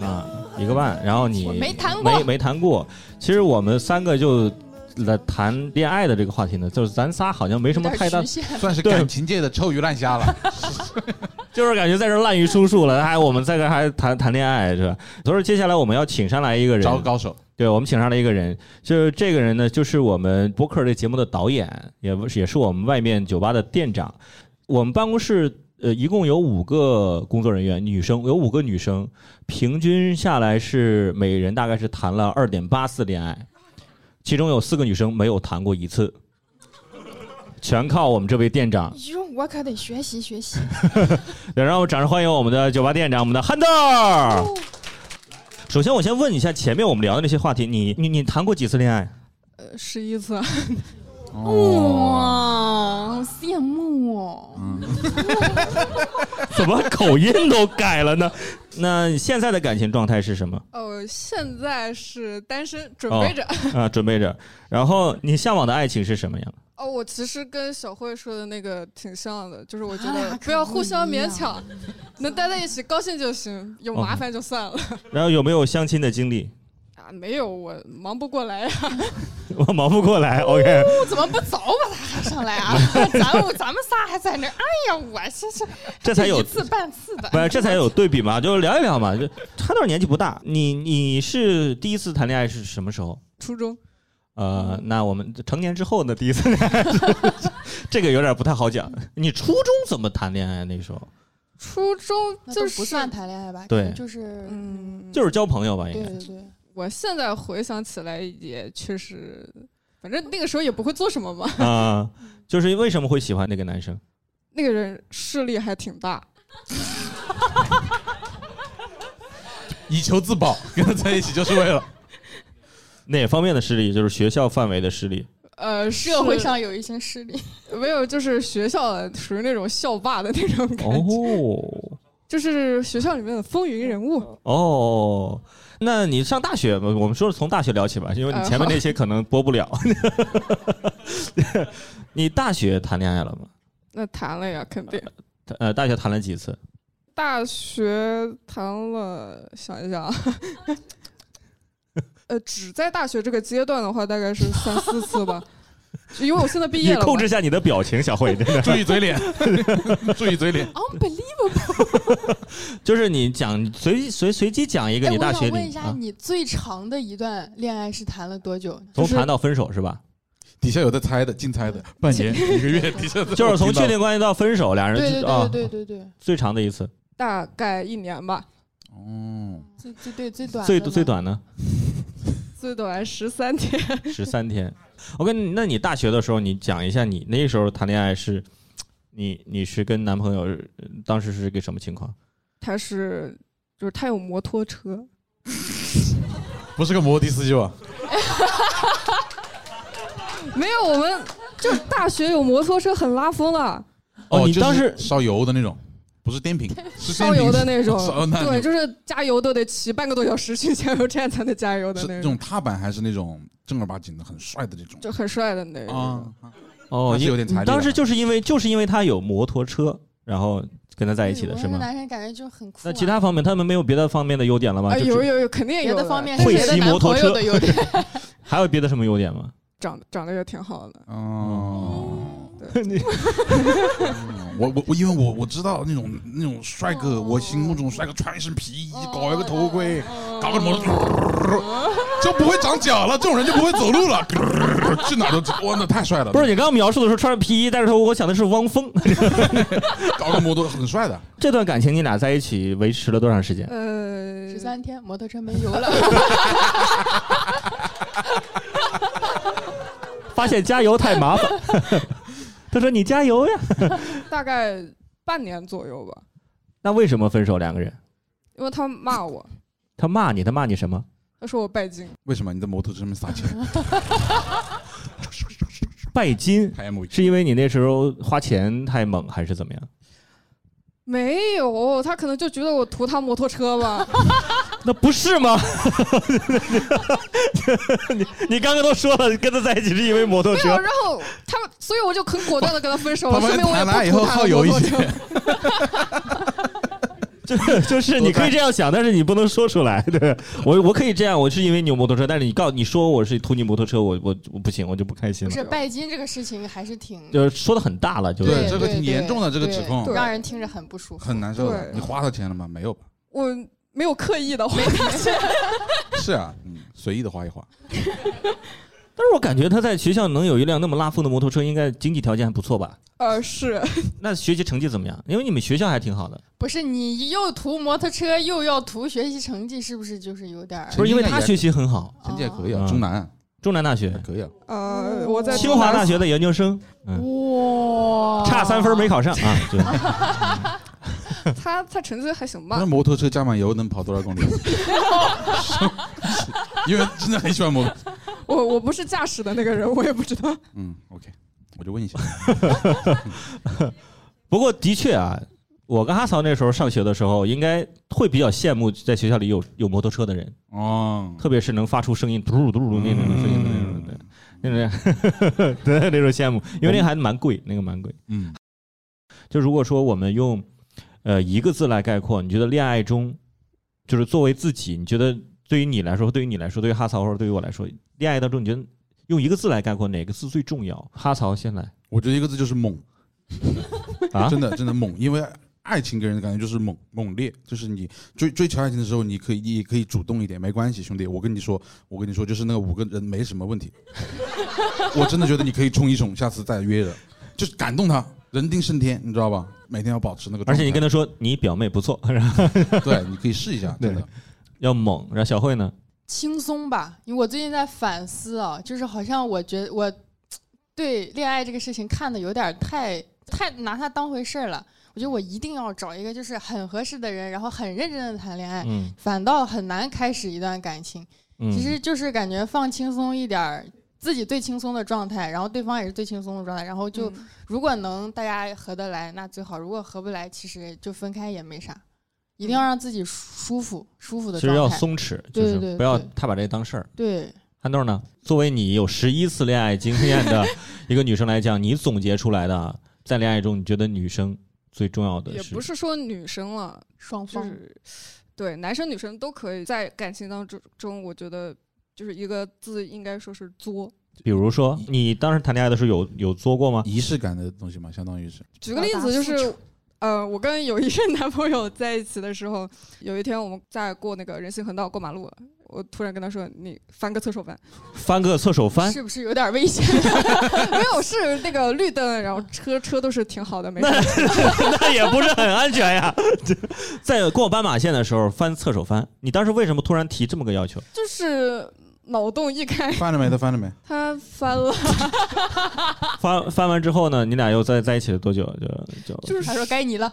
啊，一个半，然后你
我没谈过
没没谈过。其实我们三个就来谈恋爱的这个话题呢，就是咱仨好像没什
有
么
点
太大
局，限
算是
对
感情界的臭鱼烂虾了。
就是感觉在这儿滥竽充数了，还哎我们在这儿还谈谈恋爱是吧？所以说接下来我们要请上来一个人，
找个高手，
对，我们请上了一个人，就是这个人呢，就是我们播客这节目的导演，也不是也是我们外面酒吧的店长。我们办公室呃，一共有五个工作人员，女生有五个女生，平均下来是每人大概是谈了二点八次恋爱，其中有四个女生没有谈过一次，全靠我们这位店长。
哟，哎我可得学习学习。
对，让我们掌声欢迎我们的酒吧店长，我们的憨豆儿。首先，我先问一下前面我们聊的那些话题，你你你谈过几次恋爱？
呃，十一次，
哦，
哇，好羡慕哦！
怎么口音都改了呢？那现在的感情状态是什么
哦，现在是单身，准
哦
备着。
啊？准备着，然后你向往的爱情是什么样？
哦，我其实跟小慧说的那个挺像的，就是我觉
啊
得
可
不要
不
互相
一
勉
样
强，能待在一起高兴就行，有
哦
麻烦就散了。
然后有没有相亲的经历？
啊，没有，我忙不过来呀、啊
我忙不过来，OK，
哦
我怎么不早把他喊上来啊？ 咱们咱们仨还在那儿，哎呀，我这是
这才有
一次半次的。
不是，这才有对比嘛，就聊一聊嘛。就他倒是年纪不大，你你是第一次谈恋爱是什么时候？
初中
呃，那我们成年之后呢？第一次恋爱是， 这个有点不太好讲。你初中怎么谈恋爱？啊那个时候
初中
那都
就
不
是
算谈恋爱吧？
对
就是
嗯，
就是交朋友吧，应
对
该。
对对，
我现在回想起来也确实，反正那个时候也不会做什么嘛。
啊、就是为什么会喜欢那个男生？
那个人势力还挺大，
以求自保，跟他在一起就是为了。
哪方面的势力？就是学校范围 的势力。
呃，
社会
是
上有一些势力，
没有，就是学校的属于那种校霸的那种感觉，
哦
就是学校里面的风云人物。
哦，那你上大学，我们说是从大学聊起吧，因为你前面那
嗯
些可能播不了。 你大学谈恋爱了吗？
那谈了呀，肯定。
呃，大学谈了几次？
大学谈了，想一想 啊，呃，只在大学这个阶段的话，大概是三四次吧。 因为我现在毕业
你
了嘛，
控制下你的表情，小 慧，真的
注意嘴 脸，注意嘴
哦
脸。
unbelievable。
就是你讲随随随机讲一个
哎，
你
我
大
想
学
问
里
一下，
啊，
你最长的一段恋爱是谈了多久？
从
就是
谈到分手是吧？
底下有在猜的，竞猜的，半年、一个月，底下都
就是从确定关系到分手，俩人
对对
就
对
啊
对对对
最长的一次，
大概一年吧，
哦，
最最对最短
最
的
最
呢
短呢
最短十三天。
十三天。我跟你，那你大学的时候，你讲一下你那时候谈恋爱是，你你是跟男朋友呃当时是个什么情况？
他是，就是他有摩托车，
不是个摩的司机吧？
没有我们就大学有摩托车很拉风的，
哦你
就是
当时
烧油的那种，不是电瓶，是
烧油的那种
电瓶烧，那
对，
种
就是加油都得骑半个多小时去加油站才能加油的
是
那
那
种，
种踏板还是那种正儿八经的很帅的那种
就很帅的那种。
啊？
哦，
还是
因
有点财力
当时
的
就是因为就是因为他有摩托车，然后跟他在一起的
对
是
我和那
吗？
男生感觉就很酷啊。
那其他方面他们没有别的方面的优点了吗？
哎，
啊就
有
只
有有，肯定
别
有
的方面是
会
别的
骑
男
摩托
朋友
车
的优点，
还有别的什么优点吗？
长得长得也挺好的。
哦，
你
我我我，因为我我知道那种那种帅哥，我心目中帅哥穿一身皮衣，搞一个头盔，搞个什么，就不会长脚了，这种人就不会走路了，去哪都哇，那太帅了，
不是你刚刚描述的时候穿着皮衣戴着头，我想的是汪峰。
搞个摩托很帅的，
这段感情你俩在一起维持了多长时间？
呃，
十三天摩托车没油了，
发现加油太麻烦， 他说你加油呀。
大概半年左右吧，
那为什么分手？两个人，
因为他骂我，
他骂你，他骂你什么？
他说我拜金，
为什么你在摩托车上面撒钱？
拜金，
拍 M V
是因为你那时候花钱太猛，还是怎么样？
没有，他可能就觉得我图他摩托车 吧。
那不是吗？ 你你刚刚都说了，跟他在一起是因为摩托
没有，
车。
然 后他们，所以我就很果断的跟他分手了，
他们
说明我也不
谈了以后
图他
好
的
友
摩
一
托
些
车。
就就是你可以这样想，但是你不能说出来。对我我可以这样，我是因为你有摩托车，但是你告你说我是图你摩托车，我我我不行，我就不开心
不
了。
是拜金这个事情还是挺
就是说的很大了，就是
对这个
对
挺严重的
对
这个指控
对让人听着很不舒服。
很难受的。
对
你花他钱了吗？没有吧？
我没有刻意的 花他钱，
是啊，嗯，随意的花一花。
但是我感觉他在学校能有一辆那么拉风的摩托车，应该经济条件还不错吧？
呃，是
那学习成绩怎么样？因为你们学校还挺好的，
不是你又图摩托车又要图学习成绩，是不是就是有点儿？
不是因为他学习很好，
成绩也可以
嗯
啊，中南
中南大
还
学、
可以啊。
呃，我在
清华大学的研究生，嗯，
哇，
差三分没考上啊。对，
他他成绩还行
那
吧，
摩托车加满油能跑多少公里？ 因为真的很喜欢摩托。
我我不是驾驶的那个人，我也不知 道。
嗯，OK，我就问一下，
不过的确啊，我跟哈曹那时候上学的时候，应该会比较羡慕在学校里有有摩托车的人，
哦，
特别是能发出声音嘟噜嘟噜那种声音的那种，对，
嗯
那种 对那种羡慕，因为那个还蛮贵，那个蛮贵。
嗯，
就如果说我们用呃一个字来概括，你觉得恋爱中就是作为自己，你觉得对于你来说，对于你来说，对于哈曹或者对于我来说，恋爱当中你觉得用一个字来概括哪个字最重要？哈曹先来
我觉得一个字就是猛，
啊，
真的真的猛，因为爱情给人的感觉就是猛猛烈，就是你追追求爱情的时候，你可以也可以主动一点，没关系，兄弟，我跟你说，我跟你说，就是那个五个人没什么问题，我真的觉得你可以冲一冲，下次再约着，就是感动他，人定胜天，你知道吧？每天要保持那个状态，
而且你跟他说你表妹不错，然后
对，你可以试一下，真的，
要猛，然后小慧呢？
轻松吧，因为我最近在反思啊，就是好像我觉得我对恋爱这个事情看的有点儿太太拿它当回事儿了。我觉得我一定要找一个就是很合适的人，然后很认真的谈恋爱，
嗯
反倒很难开始一段感情。
嗯，
哎其实就是感觉放轻松一点儿，自己最轻松的状态，然后对方也是最轻松的状态，然后就
嗯
如果能大家合得来，那最好；如果合不来，其实就分开也没啥。一定要让自己舒服，舒服的
其实要
状态。
松弛，就
对
是
对
不要
对
太把这当事儿。
对，
憨豆呢？作为你有十一次恋爱经验的一个女生来讲，你总结出来的在恋爱中，你觉得女生最重要的
也
是
不是说女生了，
双
就
方、
是对男生女生都可以在感情当中中，我觉得就是一个字应该说是作。
比如说，你当时谈恋爱的时候有有作过吗？
仪式感的东西嘛，相当于 是，
举个例子就
表达
是。呃，我跟有一任男朋友在一起的时候，有一天我们在过那个人行横道过马路，我突然跟他说：“你翻个侧手翻。
翻个侧手翻，
是不是有点危险？”
没有，是那个绿灯，然后车车都是挺好的，没事
那。那也不是很安全呀。 在过斑马线的时候翻侧手翻，你当时为什么突然提这么个要求？
就是脑洞一开，
翻了没？他翻了没？
他翻了，
翻翻完之后呢，你俩又在在一起了多久？就就
就是
他说该你了，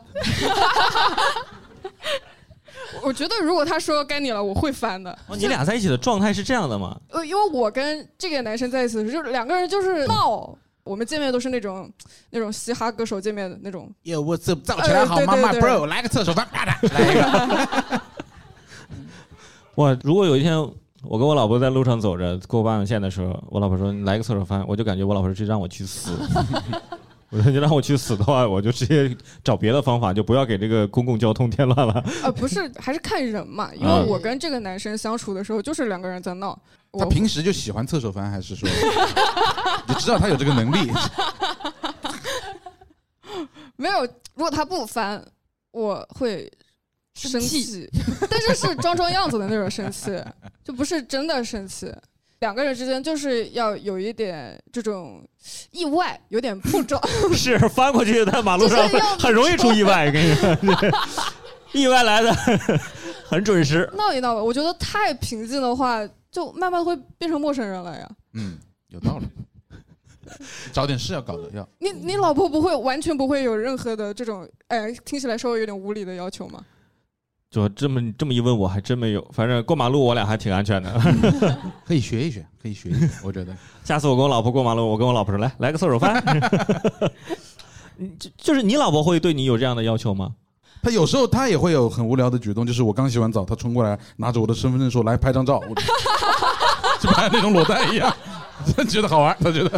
我觉得如果他说该你了，我会翻的。
哦你俩在一起的状态是这样的吗？
呃，因为我跟这个男生在一起的时候，就是两个人就是闹。我们见面都是那种那种嘻哈歌手见面的那种，
耶，我这造
起来好妈妈 bro，
来个厕所 翻，啪嗒。
我如果有一天我跟我老婆在路上走着过斑马线的时候，我老婆说你来个厕所翻，我就感觉我老婆是让我去死。我说你让我去死的话，我就直接找别的方法，就不要给这个公共交通添乱了。
呃，不是，还是看人嘛。因为
嗯
我跟这个男生相处的时候，就是两个人在闹。我
他平时就喜欢侧手翻，还是 说你知道他有这个能力？
没有，如果他不翻，我会生气， 但是是装装样子的那种生气，就不是真的生气。两个人之间就是要有一点这种意外，有点碰撞，
是翻过去在 马路上
就是要
很容易出意外，跟你说， 意外来的很准时。
闹一闹吧。我觉得太平静的话，就慢慢会变成陌生人了呀。
嗯， 有道理。找点事要搞的，要
你你老婆不会完全不会有任何的这种，哎，听起来稍微有点无理的要求吗？
就这么这么一问，我还真没有。反正过马路我俩还挺安全的。
可以学一学，可以学 一学。我觉得
下次我跟我老婆过马路，我跟我老婆说来来个厕所翻。 嗯就就是你老婆会对你有这样的要求吗？
他有时候他也会有很无聊的举动，就是我刚洗完澡，他冲过来拿着我的身份证说：“来拍张 照。”我就拍那种裸贷一样， 他觉得好玩，他觉得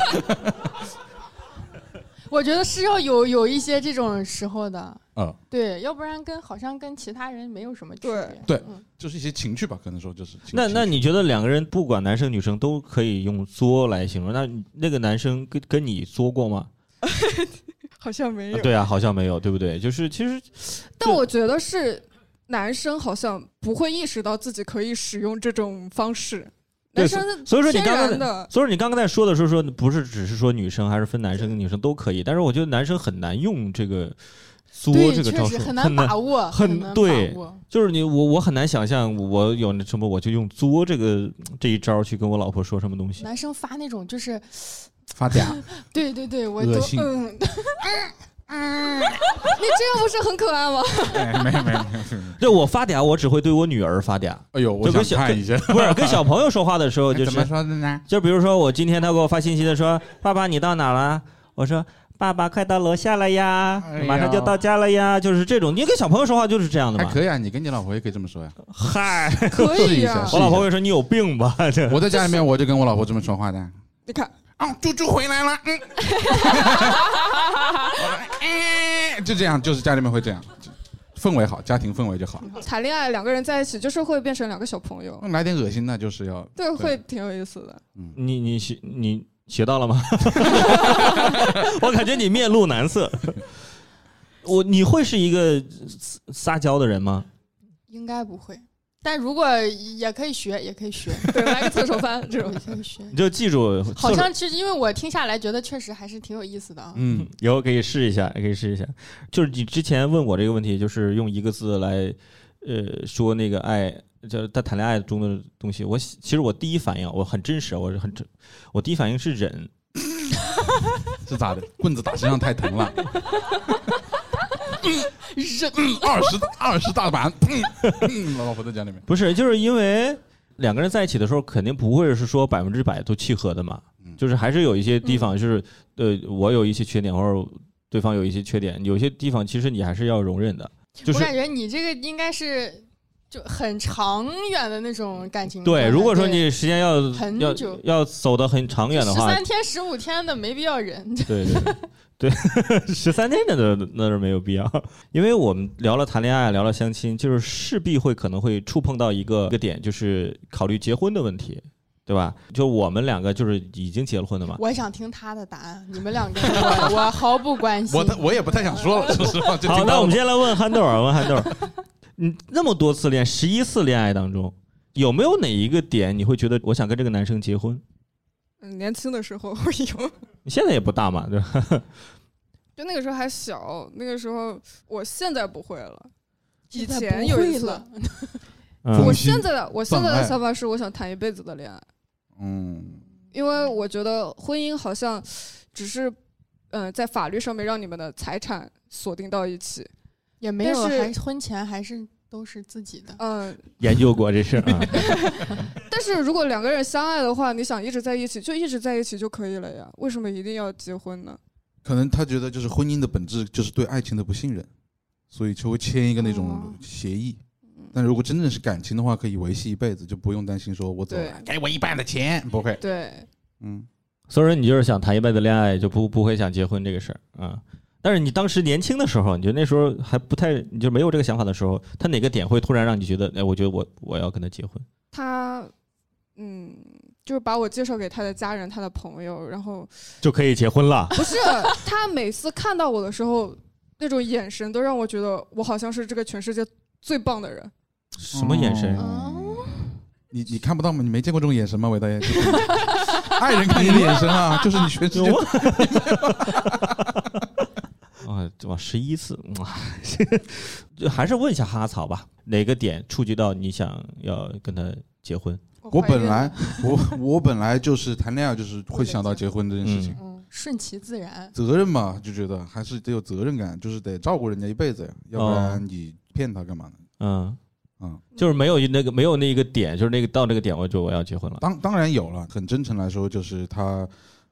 我觉得是要有有一些这种时候的，
嗯
啊，
对，要不然跟好像跟其他人没有什么区别。
对
嗯，
就是一些情趣吧，可能说就是情趣。
那那你觉得两个人不管男生女生都可以用作来形容？那你那个男生跟跟你作过吗？ 啊
好像没有。
对啊，好像没有，对不对？就是其实
但我觉得是男生好像不会意识到自己可以使用这种方式，
对
男生是
所以说你
天
刚刚
然的，
所以说你刚刚在说的时候说，不是只是说女生，还是分男生跟女生都可以。但是我觉得男生很难用这个“作”这
对，
个
确
招
实
数，
很难
很
把握，
很
很难
对
把握。
就是你我我很难想象我有那什么，我就用“作”这个嗯这一招去跟我老婆说什么东西。
男生发那种就是，
发 嗲，
对对对，我
恶
都
心
嗯，
你这啊样不是很可爱吗？
哎没有没有没有，没有
对我发嗲，我只会对我女 儿发嗲，
哎呦，我
就跟
想
小
看一下，
不是跟小朋友说话的时候就
怎么
是，
说的呢？
就比如说我今天他给我发信息的说：“爸爸，你到哪了？”我说：“爸爸快到楼下了呀
哎呀，
马上就到家了呀，就是这种。你跟小朋友说话就是这样的
还
嘛。
可以啊，你跟你老婆也可以这么说呀。
嗨，
可
试一
以
下
啊
试。
我老婆会说你有病吧？ 这
我在家里面我就跟我老婆这么说话的。
你看，
啊
哦，猪猪回 来了，嗯，哎，就这样，就是家里面会这样，就氛围好，家庭氛围就好。
谈恋爱两个人在一起就是会变成两个小朋友，
来点恶心那就是要
对，会挺有意思的。
你你学你学到了吗？我感觉你面露难色。我你会是一个撒撒娇的人吗？
应该不会。但如果也可以学，也可以 学，
对，来个侧手翻这种
也。可以学。
你就记住，
好像是因为我听下来觉得确实还是挺有意思的啊。
嗯，
以后可以试一下，可以试一下。就是你之前问我这个问题，就是用一个字来，呃，说那个爱，就是在谈恋爱中的东西。我其实我第一反应，我很真实，我是很真，我第一反应是忍。
是咋的？棍子打身上太疼 了。嗯，二十二十大板，嗯嗯，老婆在家里面，
不是，就是因为两个人在一起的时候，肯定不会是说百分之百都契合的嘛，
嗯
就是还是有一些地方，就是、呃，我有一些缺点，或者对方有一些缺点，有些地方其实你还是要容忍的，就
我
是
感。觉你这个应该是就很长远的那种感情状态。
对，如果说你时间要
很
要
久
要走得很长远的
十
话，
三天、十五天的没必要忍。
对对对，对 十三天那都那是没有必要，因为我们聊了谈恋爱，聊了相亲，就是势必会可能会触碰到一个一个点，就是考虑结婚的问题，对吧？就我们两个就是已经结了婚的嘛，
我想听他的答案，你们两 个我我毫不关心。
我太我也不太想说了，说实话，就
好，
听
那
到
我
了
们。先来问憨豆儿啊，问憨豆儿， 你那么多次恋，十一次恋爱当中，有没有哪一个点你会觉得我想跟这个男生结婚？
嗯，年轻的时候会有，
你现在也不大嘛，对吧？
就那个时候还小，那个时候我现在不会了。以
现在
前
不
有一
会
次
了，
嗯
我
风心
现在的我现在
放
的
爱
想法是，我想谈一辈子的恋爱，
嗯，
因为我觉得婚姻好像只是，嗯、在法律上面让你们的财产锁定到一起，
也没有，
但是
还婚前还是都是自己的。
嗯、
研究过这事儿啊，
但是如果两个人相爱的话，你想一直在一起就一直在一起就可以了呀，为什么一定要结婚呢？
可能他觉得就是婚姻的本质就是对爱情的不信任，所以就会签一个那
哦
种协议。但如果真正是感情的话，可以维系一辈子，就不用担心说我走
对
了给我一半的钱，不会。
对，
嗯，
所以说你就是想谈一辈子恋爱，就不不会想结婚这个事儿啊。但是你当时年轻的时候，你觉得那时候还不太，你就没有这个想法的时候，他哪个点会突然让你觉得，哎，我觉得我我要跟他结婚？
他，嗯，就是把我介绍给他的家人、他的朋友，然后。
就可以结婚了
不是他每次看到我的时候，那种眼神都让我觉得我好像是这个全世界最棒的人。
什么眼神？啊
哦你你看不到吗？你没见过这种眼神吗，韦大爷？ 就是爱人看你的眼神啊，就是你全世界
有。啊，哇，十一次，哇， 就还是问一下哈草吧，哪个点触及到你想要跟他结婚？
我
怀孕
本来我我本来就是谈恋爱，就是会想到结婚这件事情。
嗯，顺其自然。
责任嘛，就觉得还是得有责任感，就是得照顾人家一辈子呀，要不
哦
然你骗他干嘛呢？
嗯，
嗯，
就是没有那个没有那个点，就是那个到那个点，我就我要结婚了。
当当然有了，很真诚来说，就是他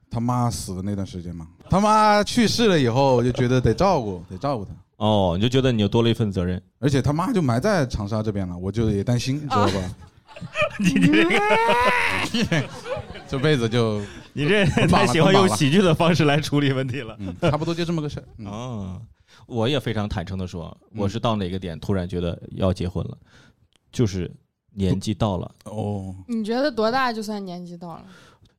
他妈死的那段时间嘛，他妈去世了以后，就觉得得照顾，得照顾他。
哦，你就觉得你就多了一份责任。
而且他妈就埋在长沙这边了，我就也担心，知道
哦
吧？你这个这辈子就
你这
捆绑了捆绑了
剧的方式来处理问题了。
嗯，差不多就这么个事儿。嗯，
哦，我也非常坦诚的说，
嗯
我是到哪个点突然觉得要结婚了，就是年纪到了。
哦，
你觉得多大就算年纪到了？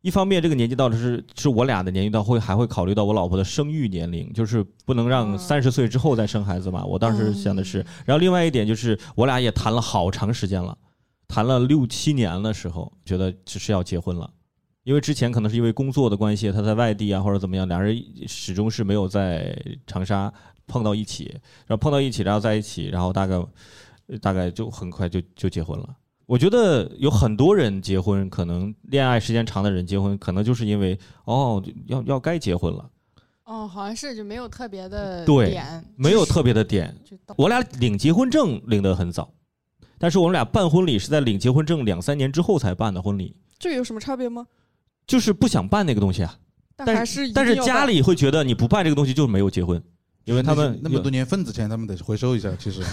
一方面，这个年纪到了是是我俩的年纪到，会还会考虑到我老婆的生育年龄，就是不能让
嗯
三十岁之后再生孩子嘛。我当时想的是，然后另外一点就是我俩也谈了好长时间了，谈了六七年的时候，觉得只是要结婚了。因为之前可能是因为工作的关系，他在外地啊或者怎么样，俩人始终是没有在长沙碰到一起，然后碰到一起，然后在一起，然后大概大概就很快就就结婚了。我觉得有很多人结婚，可能恋爱时间长的人结婚，可能就是因为哦，要要该结婚了，
哦，好像是就没有特别的
对
点，
没有特别的点。
就到
我俩领结婚证领得很早，但是我们俩办婚礼是在领结婚证两三年之后才办的婚礼，
这有什么差别吗？
就是不想办那个东西啊。
但
但
还是一
但是
定要
家
办
里会觉得你不办这个东西就是没有结婚，因为他们
那么多年份子钱，他们得回收一下。 其实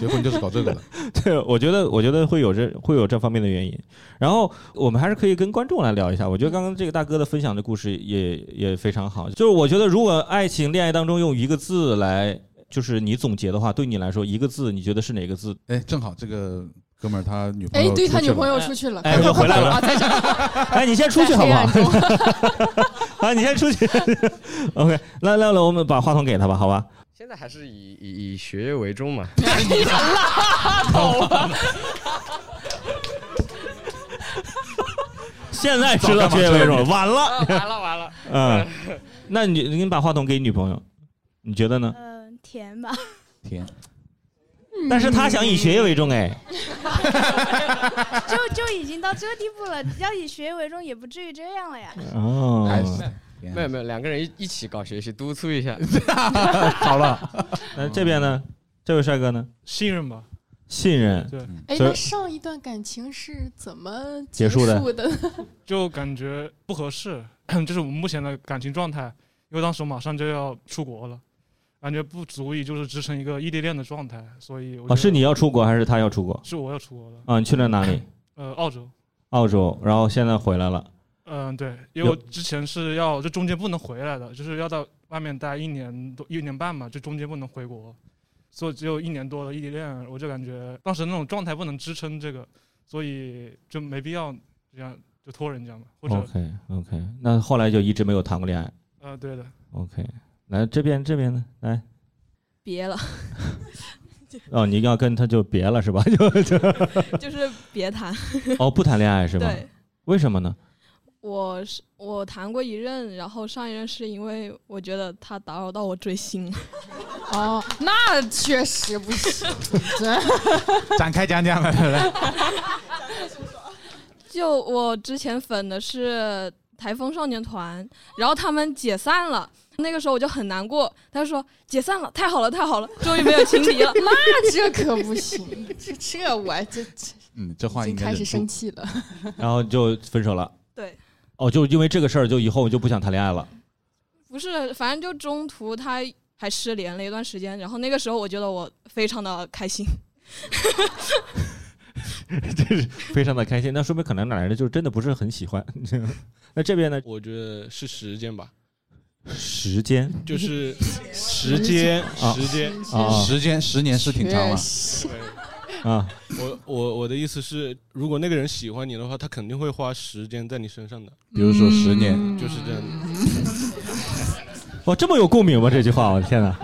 结婚就是搞这个的。
对，我觉得我觉得会有这会有这方面的原因。然后我们还是可以跟观众来聊一下，我觉得刚刚这个大哥的分享的故事也也非常好。就是我觉得如果爱情恋爱当中用一个字来。就是你总结的话，对你来说一个字，你觉得是哪个字？
哎，正好这个哥们儿他女朋
哎
友，
对他
出去
女
了
朋友出去了，
哎
快
又
快
回来
快
了
啊，在这儿
哎，你先出去好不好？
在黑暗中
啊，你先出去。OK，来来来，我们把话筒给他吧，好吧？
现在还是以以以学业为重嘛。
现在知道学业为重了，晚了。
完了完了，
嗯，那你你把话筒给女朋友，你觉得呢？
嗯、 甜吧，
天，
嗯
但是他想以学业为重，哎，
就就已经到这个地步了，要以学业为重也不至于这样了呀。
哦，
还
哎
是
没有没有，两个人一一起搞学习，督促一下。
好了，
那这边呢？这位帅哥呢？
信任吧。
信任，
对，
哎，
所以
那上一段感情是怎么
结束的
结束的？
就感觉不合适， 就是我目前的感情状态，因为当时我马上就要出国了，感觉不足以就是支撑一个异地恋的状态，所以我觉得
哦，是你要出国还是他要出国？
是我要出国了，
啊，你去 了哪里？
呃，澳洲，
澳洲，然后现在回来了。
嗯、对，因为我之前是要就中间不能回来的，就是要到外面待一年多一年半嘛，就中间不能回国，所以只有一年多的异地恋，我就感觉当时那种状态不能支撑这个，所以就没必要这样就拖人家嘛，或
哦
者
OK OK，那后来就一直没有谈过恋爱。
呃，对的，
OK，来这边这边呢，来，
别了，
哦，你要跟他就别了是吧？ 就就
就是别谈。
哦，不谈恋爱是吧？
对，
为什么呢？
我是我谈过一任，然后上一任是因为我觉得他打扰到我追星了。
哦，那确实不行，真
展开讲讲来来来，
就我之前粉的是台风少年团，然后他们解散了。那个时候我就很难过，他就说解散了，太好了，太好了，终于没有情敌了。
那这可不行，这这我这这
嗯，这
已
话
经
应该
开始
忍
生
住。
气了。
然后就分手了。
对，
哦，就因为这个事儿，就以后就不想谈恋爱了。
不是，反正就中途他还失联了一段时间，然后那个时候我觉得我非常的 开心，
非常的开心，那说明可能哪来的就是真的不是很喜欢。 那这边呢？
我觉得是时间 吧，
时间
就是时间，
啊
时间。
啊
时间十年是挺长了
确，实
啊，
我我我的意思是，如果那个人喜欢你的话，他肯定会花时间在你身上的，
比如说十年，
嗯
就是这样的。
哇，这么有共鸣吗？这句话，我的天哪！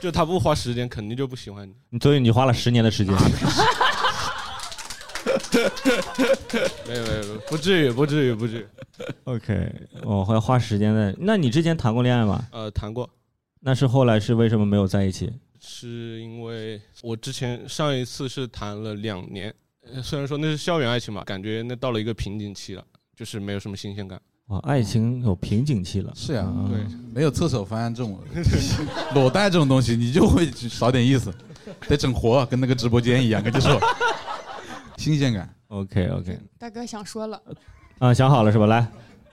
就他不花时间，肯定就不喜欢你。
所以你花了十年的时间，
没有没有，没有不至于，不至于，不至于。
OK，我还花时间在。那你之前谈过恋爱吗？
呃，谈过，
那是后来是为什么没有在一起？
是因为我之前上一次是谈了两年，呃虽然说那是校园爱情嘛，感觉那到了一个瓶颈期了，就是没有什么新鲜感。
哇，爱情有瓶颈期了。
是呀，
嗯
对，
没有侧手方案这种 裸贷这种东西，你就会少点意思，得整活，跟那个直播间一样，跟你说，新鲜感。
OK OK，
大哥想说了，
啊，想好了是吧？来，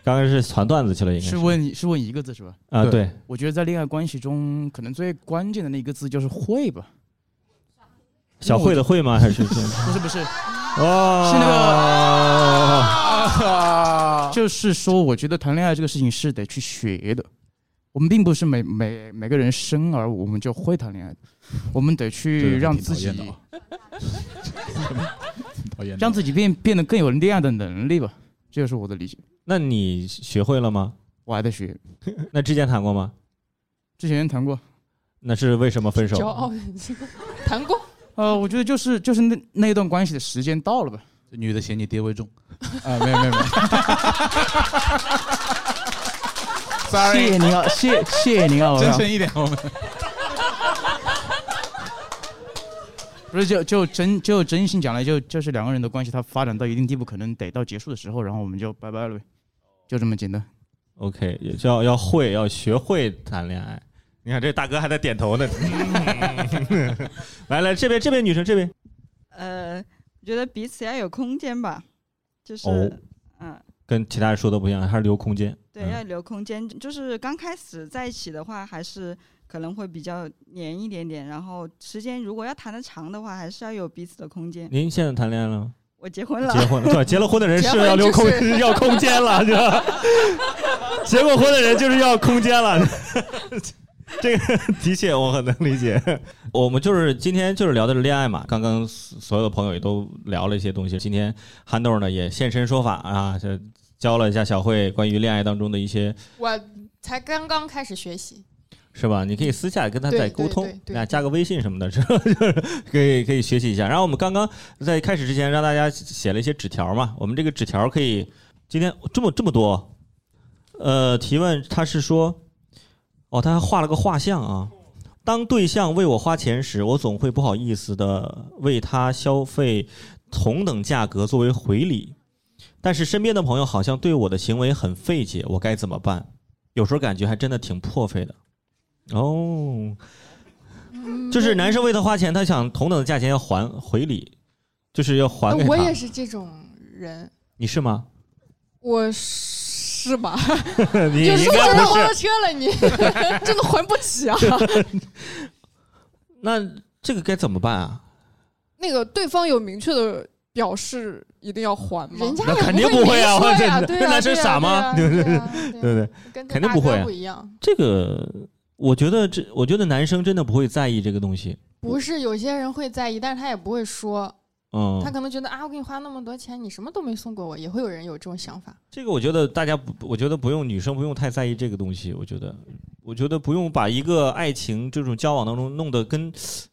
刚刚是传段子去了，应该
是
是
问是问一个字是吧？
啊，对，
我觉得在恋爱关系中，可能最关键的那一个字就是会吧？
小慧的慧吗？还是是
不是不 是，
哦，
是那
个
啊
就是说，我觉得谈恋爱这个事情是得去学的。我们并不是每每每个人生而我们就会谈恋爱的，我们得去让自己
这个还挺讨厌 的啊挺讨厌的啊
让自己变变得更有恋爱的能力吧。这就是我的理解。
那你学会了吗？
我还在学，
那之前谈过吗？
之前谈过，
那是为什么分
骄
手？
傲，谈过
呃，我觉得就是就是那那一段关系的时间到了吧。
这女的嫌你爹味重啊？没有没有没 有
谢
，sorry，
谢您啊，谢谢谢您啊，我
真诚一点，我们
不是就就真就真心讲来，就就是两个人的关系，它发展到一定地步，可能得到结束的时候，然后我们就拜拜了呗，就这么简单。
OK，也就要要会，要学会谈恋爱。你看这大哥还在点头 呢。来来，这边这边女生这边，
呃，我觉得彼此要有空间吧，就是
哦
嗯，
跟其他人说的不一样，还是留空间。
对，要留空间。就是刚开始在一起的话，还是可能会比较黏一点点。然后时间如果要谈得长的话，还是要有彼此的空间。
您现在谈恋爱了吗？
我结婚了，
结婚了，对，结了婚的人
结
是
婚
要留空
就是
要空间了，是吧？结过婚的人就是要空间了。 这个的确我很能理解。我们就是今天就是聊的是恋爱嘛，刚刚所有的朋友也都聊了一些东西。今天憨豆呢也现身说法啊，就教了一下小慧关于恋爱当中的一些，
我才刚刚开始学习，
是吧？你可以私下跟他再沟通
嗯对对对，对
那加个微信什么的，是 吧？就是可以可以学习一下。然后我们刚刚在开始之前让大家写了一些纸条嘛，我们这个纸条可以今天这么这么多，呃，提问他是说，哦，他还画了个画像啊。当对象为我花钱时，我总会不好意思的为他消费同等价格作为回礼，但是身边的朋友好像对我的行为很费解，我该怎么办？有时候感觉还真的挺破费的。哦，就是男生为他花钱，他想同等的价钱要还回礼，就是要还啊给他。
我也是这种人，
你是吗？
我是 吧？
你
有时
应
候
该
真的
不
花了
是。
车了， 你真的还不起啊！
那这个该怎么办啊？
那个对方有明确的表示一定要还吗？人
那肯定不会啊！我这那男
啊
生傻吗？对不对？对
跟
肯定不会啊。
不一样。
这个，我觉得这，我觉得男生真的不会在意这个东西。
不是有些人会在意，但是他也不会说，
嗯，
他可能觉得啊，我给你花那么多钱，你什么都没送过我，也会有人有这种想法。
这个我觉得大家不，我觉得不用女生不用太在意这个东西。我觉得，我觉得不用把一个爱情这种交往当中弄得跟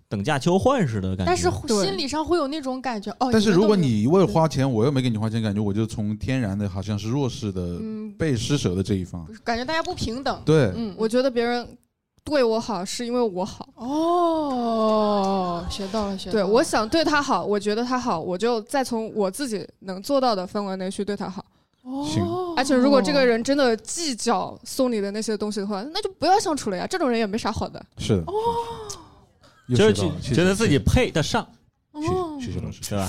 等价交换似的感觉。
但是心理上会有那种感觉哦。
但是
们都
如果
没有
你为了花钱，我又没给你花钱，感觉我就从天然的好像是弱势的
嗯
被施舍的这一方。
感觉大家不平等，
对
嗯，
我觉得别人对我好是因为我好。
哦，学到了，学到
对，
了。
我想对他好，我觉得他好，我就再从我自己能做到的范围内去对他好。
哦
而且如果这个人真的计较送你的那些东西的话，那就不要相处了呀。这种人也没啥好的。
是的，又
就是
学到了谢谢
觉得自己配得上，
哦，
谢谢老师，
对吧？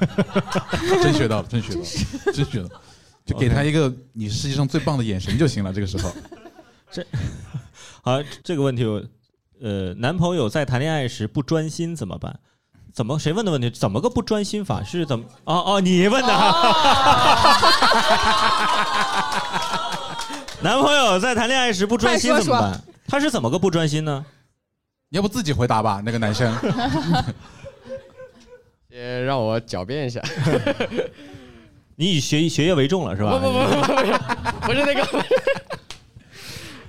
真学到了，真学到了，真学到了，就给他一个你是世界上最棒的眼神就行了。这个时候，
好，这个问题我，呃，男朋友在谈恋爱时不专心怎么办？怎么谁问的问题？怎么个不专心法？是怎么？哦哦，你问的。 男朋友在谈恋爱时不专心
快说
怎么办？
说
他是怎么个不专心呢？
你要不自己回答吧，那个男 生。
也让我狡辩一下，
你以学学业为重了是吧？
不不不不不 不，不是那个，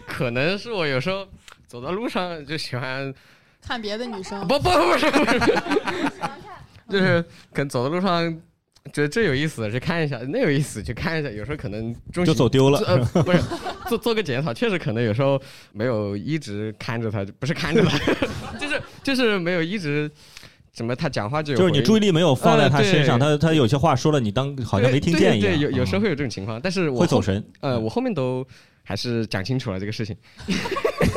可能是我有时候走到路上就喜欢，
看别的女生，
不不不是不是，就是可能走到路上觉得这有意思去看一下，那有意思去看一下，有时候可能中
就走丢了
呃，不是做做个检讨，确实可能有时候没有一直看着他，不是看着他， 就是就是没有一直。什么？他讲话就有
就是你
回应
注意力没有放在他身上，
呃对
他他有些话说了，你当好像没听见一样。嗯
对，对对有有时候会有这种情况，但是我
会走
后
神。嗯
呃，我后面都还是讲清楚了这个事情。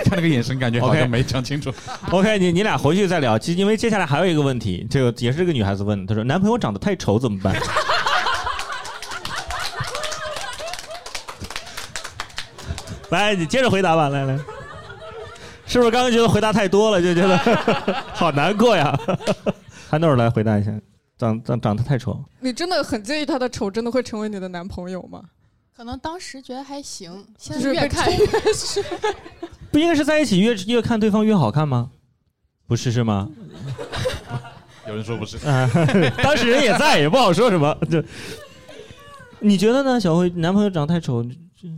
他那个眼神感觉好
OK
像没讲清楚。
OK，你你俩回去再聊，其实因为接下来还有一个问题，这个也是这个女孩子问的，她说男朋友长得太丑怎么办？来，你接着回答吧，来来，是不是刚刚觉得回答太多了，就觉得好难过呀？憨豆儿来回答一下，长长长得太丑，
你真的很介意他的丑，真的会成为你的男朋友吗？
可能当时觉得还行，现
就
在
是
越
被
看
冲
越是。
不应该是在一起越越看对方越好看吗？不是是吗？
有人说不是，
啊， 当事人也在，也不好说什么。就你觉得呢，小慧？男朋友长得太丑，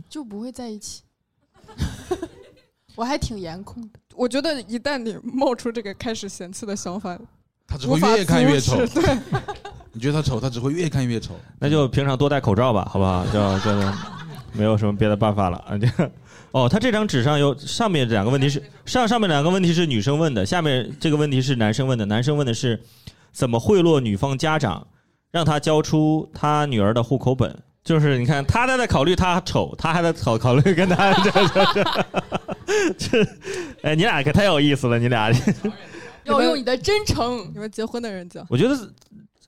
就不会在一起。 我还挺颜控的，
我觉得一旦你冒出这个开始嫌弃的想法，
他只
无
会
法
越看越
阻
丑
止。对，
你觉得他丑，他只会越看越丑。
那就平常多戴口罩吧，好不好？就就没有什么别的办法了啊。这个哦，他这张纸上有上面两个问题是上上面两个问题是女生问的，下面这个问题是男生问的。男生问的是怎么贿赂女方家长，让他交出他女儿的户口本。就是你看，他在在考虑他丑，他还在考考虑跟他 这这这，哎，你俩可太有意思了，你俩。
要用你的真诚。
你们结婚的人讲，
我觉得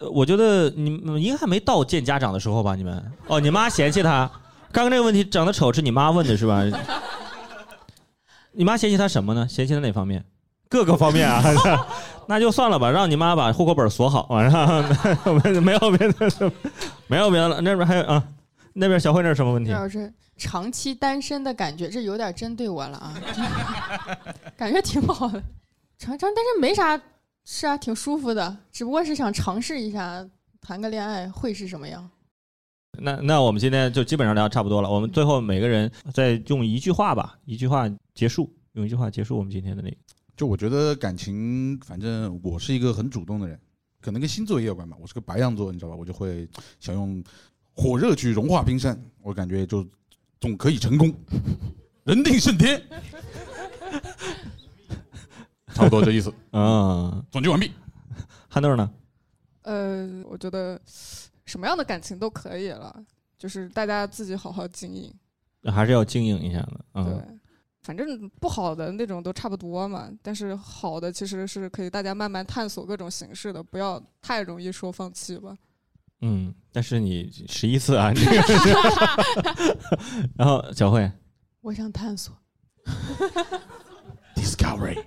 呃我觉得你们应该还没到见家长的时候吧？你们哦，你妈嫌弃他。刚刚那个问题长得丑是你妈问的是吧？ 你妈嫌弃他什么呢？嫌弃他哪方面？各个方面啊， 那就算了吧，让你妈把户口本锁好，晚上 没有别的什么，没有别的了。那边还有啊，那边小慧那是什么问题？
这是长期单身的感觉，这有点针对我了啊， 感觉挺好的，长长但是没啥，是啊，挺舒服的，只不过是想尝试一下谈个恋爱会是什么样。
那那我们今天就基本上聊差不多了。我们最后每个人再用一句话吧，一句话结束，用一句话结束我们今天的那个。
就我觉得感情，反正我是一个很主动的人，可能跟星座也有关吧。我是个白羊座，你知道吧？我就会想用火热去融化冰山，我感觉就总可以成功，人定胜天，差不多这意思。
嗯，
总结完毕。
憨豆呢？
呃，我觉得什么样的感情都可以了，就是大家自己好好经营，
还是要经营一下的。嗯，
反正不好的那种都差不多嘛。但是好的其实是可以大家慢慢探索各种形式的，不要太容易说放弃吧。
嗯，但是你 十一次啊，这个是。然后小慧，
我想探索，
Discovery，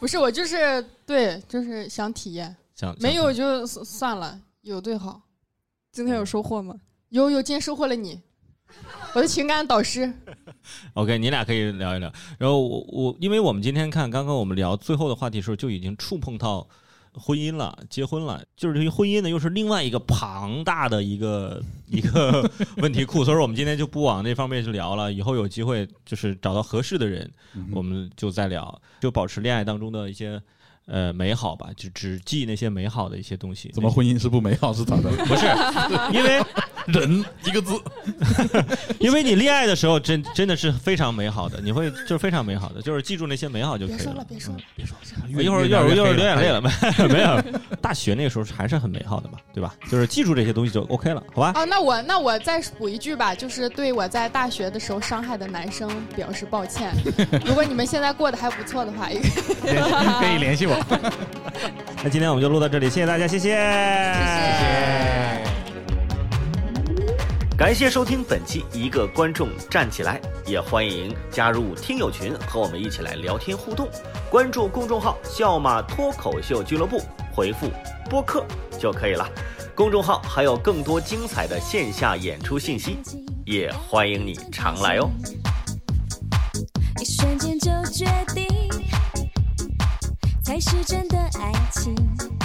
不是我就是对，就是想体验，
想
没有就算算了，有最好。
今天有
嗯
收获吗？
有有，今天收获了你，我的情感导师。
OK，你俩可以聊一聊。然后我我，因为我们今天看，刚刚我们聊最后的话题的时候，就已经触碰到婚姻了，结婚了，就是这些婚姻呢，又是另外一个庞大的一个 一 个问题库。所以说，我们今天就不往那方面去聊了。以后有机会就是找到合适的人，
嗯
我们就再聊，就保持恋爱当中的一些。呃，美好吧，就只记那些美好的一些东西。
怎么婚姻是不美好是咋的？
不是， 因为
人一个字，
因为你恋爱的时候真真的是非常美好的，你会就是非常美好的，就是记住那些美好就可以
别说
了
了，。别说了，别说了。
我一会儿一会儿一会儿流眼
哎
泪了，没 没有，大学那个时候还是很美好的嘛，对吧？就是记住这些东西就 OK 了，好吧？
啊，那我那我再补一句吧，就是对我在大学的时候伤害的男生表示抱歉。如果你们现在过得还不错的话，也
可以联系我。那今天我们就录到这里，谢谢大家，谢谢，谢谢。
感谢收听本期《一个观众站起来》，也欢迎加入听友群和我们一起来聊天互动。关注公众号“笑马脱口秀俱乐部”，回复“播客”就可以了。公众号还有更多精彩的线下演出信息，也欢迎你常来哦。
一瞬间就决定，才是真的爱情。